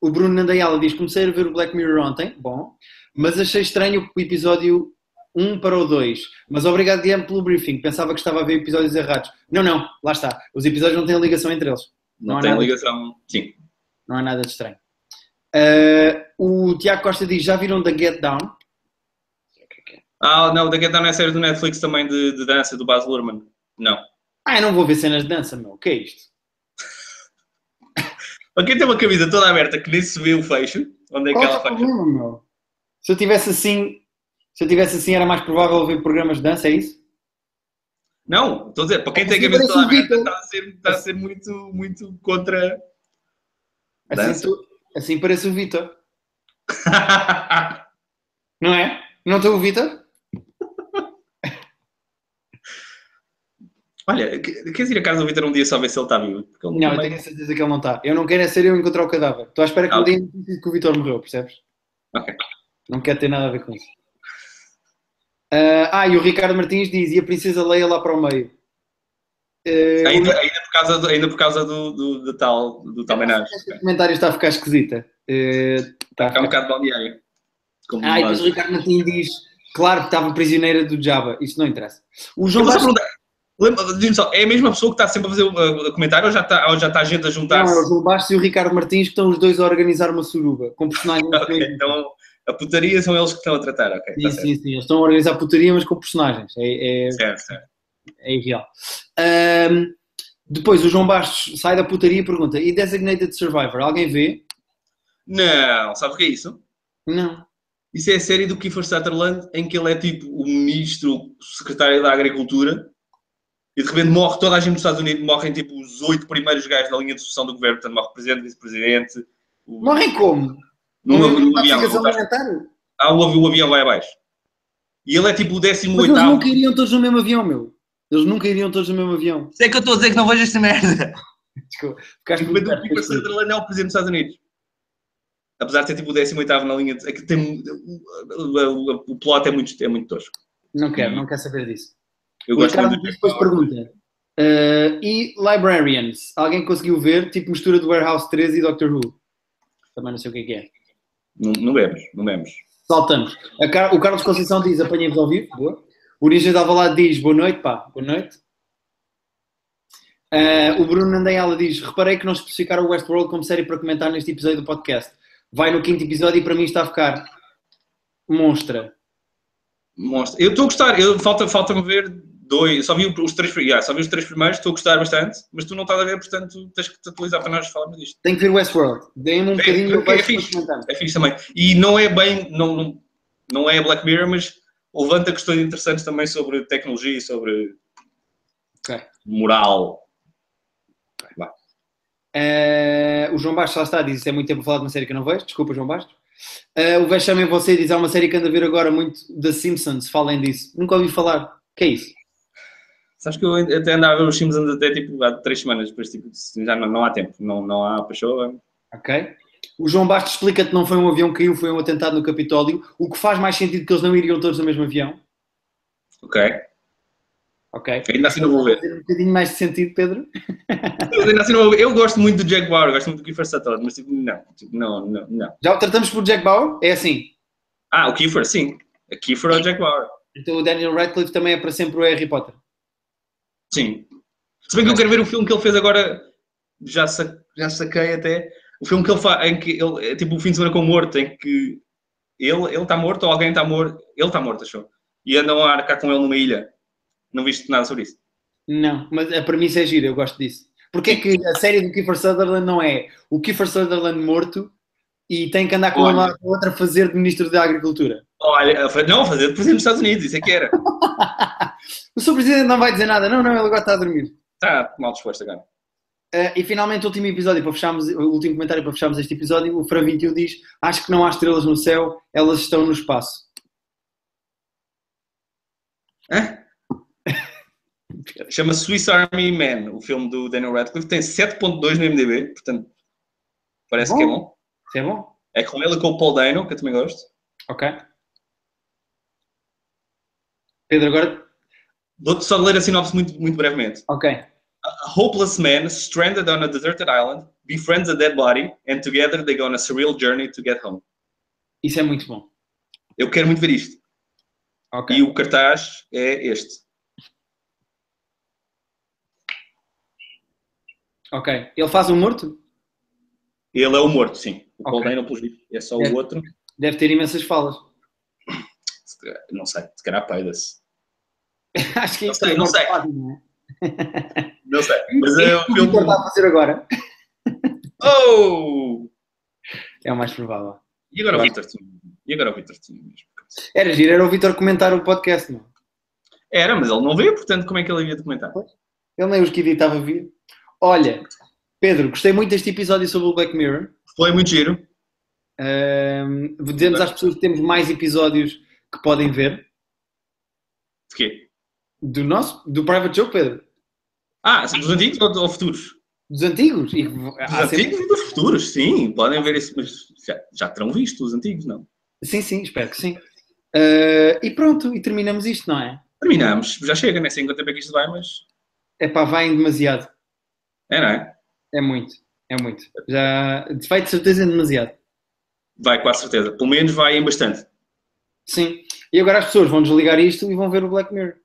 o Bruno Nandayala diz: Comecei a ver o Black Mirror ontem. Bom mas achei estranho o episódio 1 para o 2. Mas obrigado, Guilherme, pelo briefing. Pensava que estava a ver episódios errados. Não, não, lá está. Os episódios não têm ligação entre eles.
Não,
Não há
tem
nada.
ligação. Sim.
Não há nada de estranho. Ah, o Tiago Costa diz: Já viram da Get Down?
Ah, não, o da Get Down é a série do Netflix também de, de dança, do Baz Luhrmann. Não.
Ah, eu não vou ver cenas de dança, meu. O que é isto?
Para quem tem uma camisa toda aberta que nem se vê o fecho, onde é que
Qual é o
ela faz?
problema, meu? Se eu tivesse assim, se eu tivesse assim, era mais provável ver programas de dança, é isso?
Não, estou a dizer, para quem tem a
Parece
camisa toda
um
aberta,
Beatle.
está a ser, está a ser muito, muito contra.
Assim,
Dança.
tu- assim parece o Vitor, não é? Não estou o Vitor?
Olha, que- queres ir a casa do Vitor um dia só ver se ele está vivo? Porque ele
Não, eu
também-
tenho a certeza que ele não está. Eu não quero é ser eu encontrar o cadáver. Estou à espera que
Ah,
me deem notícia que o Vitor morreu, percebes?
Ok.
Não quero ter nada a ver com isso. Ah, ah, e o Ricardo Martins diz: e a Princesa Leia lá para o meio? Eh,
Ainda, ainda por causa, do, ainda por causa do, do, do tal, do tal homenagem.
o comentário está a ficar esquisita. Eh, está a
É um
ficar-
bocado balneário. Como
Ah, e
nós.
depois o Ricardo Martins diz: claro que estava prisioneira do Jabba. Isso não interessa. O
Eu
João
vou só
Bastos.
perguntar. é? Lembra- Diz-me só, é a mesma pessoa que está sempre a fazer o uh, comentário ou já está, ou já está a gente a
Não,
juntar-se?
é o João Bastos e o Ricardo Martins que estão os dois a organizar uma suruba com personagens.
Ok, então, a putaria são eles que estão a tratar, ok. tá
Sim,
Está certo.
sim, sim. Eles estão a organizar putaria, mas com personagens. É, é-
certo, certo.
é irreal. Ahm, depois o João Bastos sai da putaria e pergunta: e Designated Survivor? Alguém vê?
Não, sabe o que é isso?
Não.
Isso é a série do Kiefer Sutherland em que ele é tipo o ministro, o secretário da Agricultura e de repente morre toda a gente dos Estados Unidos, morrem tipo os oito primeiros gajos da linha de sucessão do governo, portanto morre o presidente, o vice-presidente. o-
Morrem como?
Não
Não
houve
houve
um avião,
intoxicação
voltaste.
alimentar?
Ah, houve o avião vai abaixo. E ele é tipo o
Mas eles
18º.
nunca iriam todos no mesmo avião, meu. Eles nunca iriam todos no mesmo avião.
Sei que eu estou a dizer que não vejo esta merda.
Desculpa. Ficaste
Mas
muito
o
perto.
Kiefer Sutherland é o presidente dos Estados Unidos. Apesar de ser tipo o 18º na linha... de- É que tem... O, o- o plot é muito, é muito tosco.
Não quero, não quero saber disso.
Eu
o
gosto
Ricardo
muito do
Martins depois pergunta. "Ah, e Librarians? Alguém conseguiu ver? Tipo mistura do Warehouse 13 e Doctor Who. Também não sei o que é que é.
Não, não vemos, não vemos.
Saltamos. A Car- o Carlos Conceição diz: apanhei-vos ao vivo. Boa. O Ninja de Alvalade diz: boa noite, pá, boa noite. Ah, o Bruno Nandayala diz: reparei que não especificaram o Westworld como série para comentar neste episódio do podcast. Vai no quinto episódio e para mim está a ficar monstra.
Mostra. Eu estou a gostar. Eu, falta, falta-me ver dois... Só vi os três, pri- yeah, só vi os três primeiros, estou a gostar bastante. Mas tu não estás a ver, portanto tens que te atualizar para nós falarmos disto.
Tem que ver Westworld. Deem-me um bocadinho
porque é
para
fixe.
comentar.
É fixe também. E não é bem, não, não, não é Black Mirror, mas levanta questões interessantes também sobre tecnologia e sobre
Ok.
moral.
Ah, o João Bastos lá está, diz: isso é muito tempo a falar de uma série que eu não vejo. Desculpa, João Bastos. Ah, o Vexame em você diz: há uma série que anda a ver agora muito da Simpsons. Falem disso. Nunca ouvi falar. que é isso?
Sabes que eu até andava a ver os Simpsons até tipo há três semanas, depois tipo, já não, não há tempo, não, não há paixão.
Ok. O João Bastos explica que não foi um avião que caiu, foi um atentado no Capitólio, o que faz mais sentido que eles não iriam todos no mesmo avião.
Ok.
Ok?
Ainda assim não vou ver.
Fazer um bocadinho mais de sentido, Pedro.
Eu, ainda assim não vou ver. Eu gosto muito do Jaguar, eu gosto muito do Kiefer Sutherland, mas tipo, não, tipo, não, não, não.
Já o tratamos por Jack Bauer? É assim.
Ah, o Kiefer, sim. A Kiefer ou o Jaguar.
Então o Daniel Radcliffe também é para sempre o Harry Potter.
Sim. Se bem que eu quero ver o filme que ele fez agora, já, sa- já saquei até, o filme que ele faz, em que ele, é tipo o fim de semana com o morto, em que ele está morto ou alguém está morto, ele está morto, achou? E andam a arcar com ele numa ilha. Não viste nada sobre isso.
Não, mas a premissa é gira, eu gosto disso. Porque é que a série do Kiefer Sutherland não é o Kiefer Sutherland morto e tem que andar com
Olha.
uma com outra a fazer de Ministro da Agricultura.
Olha, fa- não, fazer de presidente dos Estados Unidos, isso é que era.
O Sr. Presidente não vai dizer nada, não, não, ele agora está a dormir.
Está Tá mal disposto agora.
Eh, e finalmente, o último episódio para fecharmos, o último comentário para fecharmos este episódio, o Fra 21 diz: Acho que não há estrelas no céu, elas estão no espaço.
Chama-se Swiss Army Man, o filme do Daniel Radcliffe, tem 7.2 no MDB, portanto, parece que é bom.
Isso é bom?
É com ele e com o Paul Dano, que eu também gosto.
Ok. Pedro, agora.
Vou-te só ler a sinopse muito, muito brevemente.
Ok.
A hopeless man stranded on a deserted island befriends a dead body and together they go on a surreal journey to get home.
Isso é muito bom.
Eu quero muito ver isto.
Ok.
E o cartaz é este.
Ok. Ele faz um morto?
Ele é o morto, sim. O
Ok.
Paul Dano, pelos vistos, é só
É.
o outro.
Deve ter imensas falas.
Se calhar- Não sei, se calhar peida-se.
Acho que é
Não
isso
sei,
que
não
eu gosto de
sei.
falar, não é?
Não sei, mas é
Isso
o
que o
filme...
Vitor está a fazer agora.
Oh!
É o mais provável.
E agora o Victor Tinho? E agora o Victor Tinho mesmo?
Era giro, era o Vitor comentar o podcast, não. é?
Era, mas ele não vê, portanto, como é que ele havia de comentar?
Ele nem os que editava vir. Olha, Pedro, gostei muito deste episódio sobre o Black Mirror.
Foi muito giro.
Ahm, dizemos às pessoas que temos mais episódios que podem ver.
De quê?
Do nosso, do Private Show, Pedro.
Ah, dos antigos ou, ou futuros?
Dos antigos. E,
Dos
há sempre-
antigos e dos futuros, sim. Podem ver isso, mas já, já terão visto os antigos, não?
Sim, sim, espero que sim. Ah, e pronto, e terminamos isto, não é?
Terminamos, já chega, né? Sei em quanto tempo é que isto vai, mas.
É pá, vai em demasiado.
É, não é?
É muito, é muito. Já vai de certeza em demasiado.
Vai, com a certeza. Pelo menos vai em bastante.
Sim. E agora as pessoas vão desligar isto e vão ver o Black Mirror.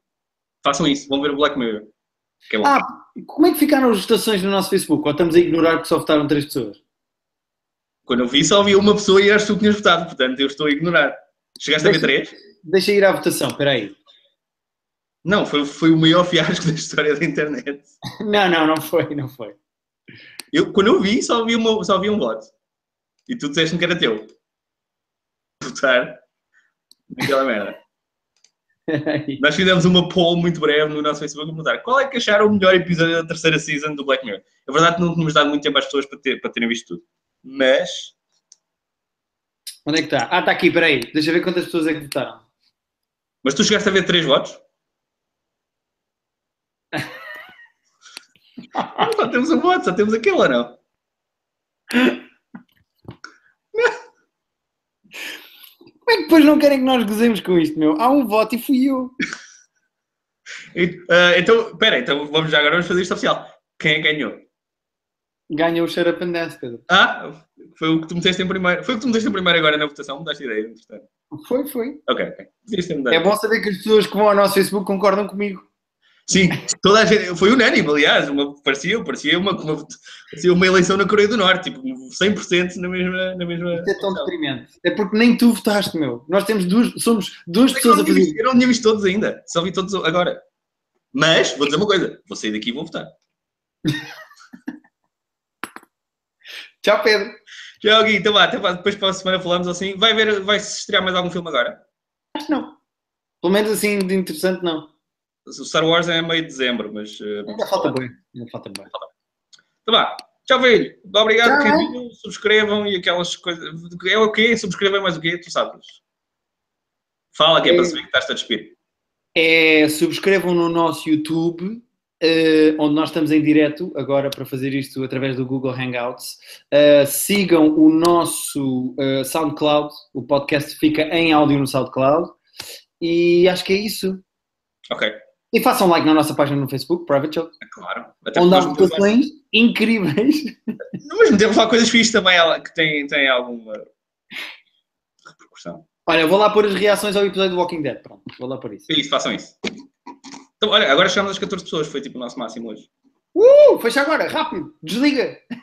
Façam isso, vão ver o Black Mirror. Que é bom.
Ah, como é que ficaram as votações no nosso Facebook? Ou estamos a ignorar que só votaram três pessoas?
Quando eu vi, só havia uma pessoa e eras tu que tinhas votado, portanto eu estou a ignorar. Chegaste a ver
Deixa-
três?
Deixa ir à votação, espera aí.
Não, foi, foi o maior fiasco da história da internet.
Não, não, não foi, não foi.
Eu, quando eu vi, só havia, uma, só havia um voto. E tu disseste-me que era teu. Votar naquela merda.
Peraí.
Nós fizemos uma poll muito breve no nosso Facebook a perguntar qual é que acharam o melhor episódio da terceira season do Black Mirror. É verdade que não tínhamos dado muito tempo às pessoas para, ter- para terem visto tudo. Mas
Onde é que está? Ah, está aqui, espera aí. Deixa ver quantas pessoas é que votaram.
Mas tu chegaste a ver três votos? Não, só temos um voto, só temos aquele ou não?
Como é que depois não querem que nós gozemos com isto, meu? Há um voto e fui eu.
E, ah, então, espera, então vamos já agora vamos fazer isto oficial. Quem é que ganhou?
Ganhou o Shut Up and Dance, Pedro.
Ah, foi o que tu meteste em primeiro. Foi o que tu meteste em primeiro agora na votação, me daste ideia, portanto.
Foi, foi.
Ok, ok. Podias ter mudado.
É bom saber que as pessoas que vão ao nosso Facebook concordam comigo.
Sim, toda a gente, foi unânime, aliás, uma, parecia, parecia, uma, uma- parecia uma eleição na Coreia do Norte, tipo, 100% na mesma... Na mesma
Isto é tão deprimente. É porque nem tu votaste, meu. Nós temos duas, somos duas
Eu
pessoas
não,
a
tinha
fazer
visto, eu não tinha visto todos ainda, só vi todos agora. Mas, vou dizer uma coisa, vou sair daqui e vou votar.
Tchau, Pedro.
Já, Gui, então vá, até vá, depois para a semana falamos ou assim. Vai ver, vai se estrear mais algum filme agora?
Acho que não. Pelo menos assim de interessante, não.
O Star Wars é meio de dezembro, mas... eh, vamos
Ainda falta
falar.
Tá bem. Ainda falta bem.
Então vá, tchau, velho. Obrigado,
Tchau.
querido. Subscrevam e aquelas coisas... É o quê? Subscrevam mais o quê? Tu sabes. Fala, que é para
É.
saber que estás a despir.
É, subscrevam no nosso YouTube, eh, onde nós estamos em direto agora para fazer isto através do Google Hangouts. Eh, sigam o nosso eh, SoundCloud, o podcast fica em áudio no SoundCloud. E acho que é isso.
Ok.
E façam like na nossa página no Facebook, Private Joke,
É claro. Até
onde há
porque nós metemos
votações incríveis.
lá- Mas metemos lá coisas fixas também ela- que têm, têm alguma repercussão.
Olha, vou lá pôr as reações ao episódio do Walking Dead. Pronto, vou lá pôr isso.
É isso, façam isso. Então, olha, agora chegamos às 14 pessoas, foi tipo o nosso máximo hoje.
Uh, fecha agora, rápido, desliga.
um.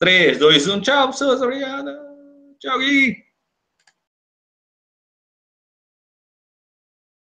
3, 2, 1, tchau pessoas, obrigada. Tchau, Gui.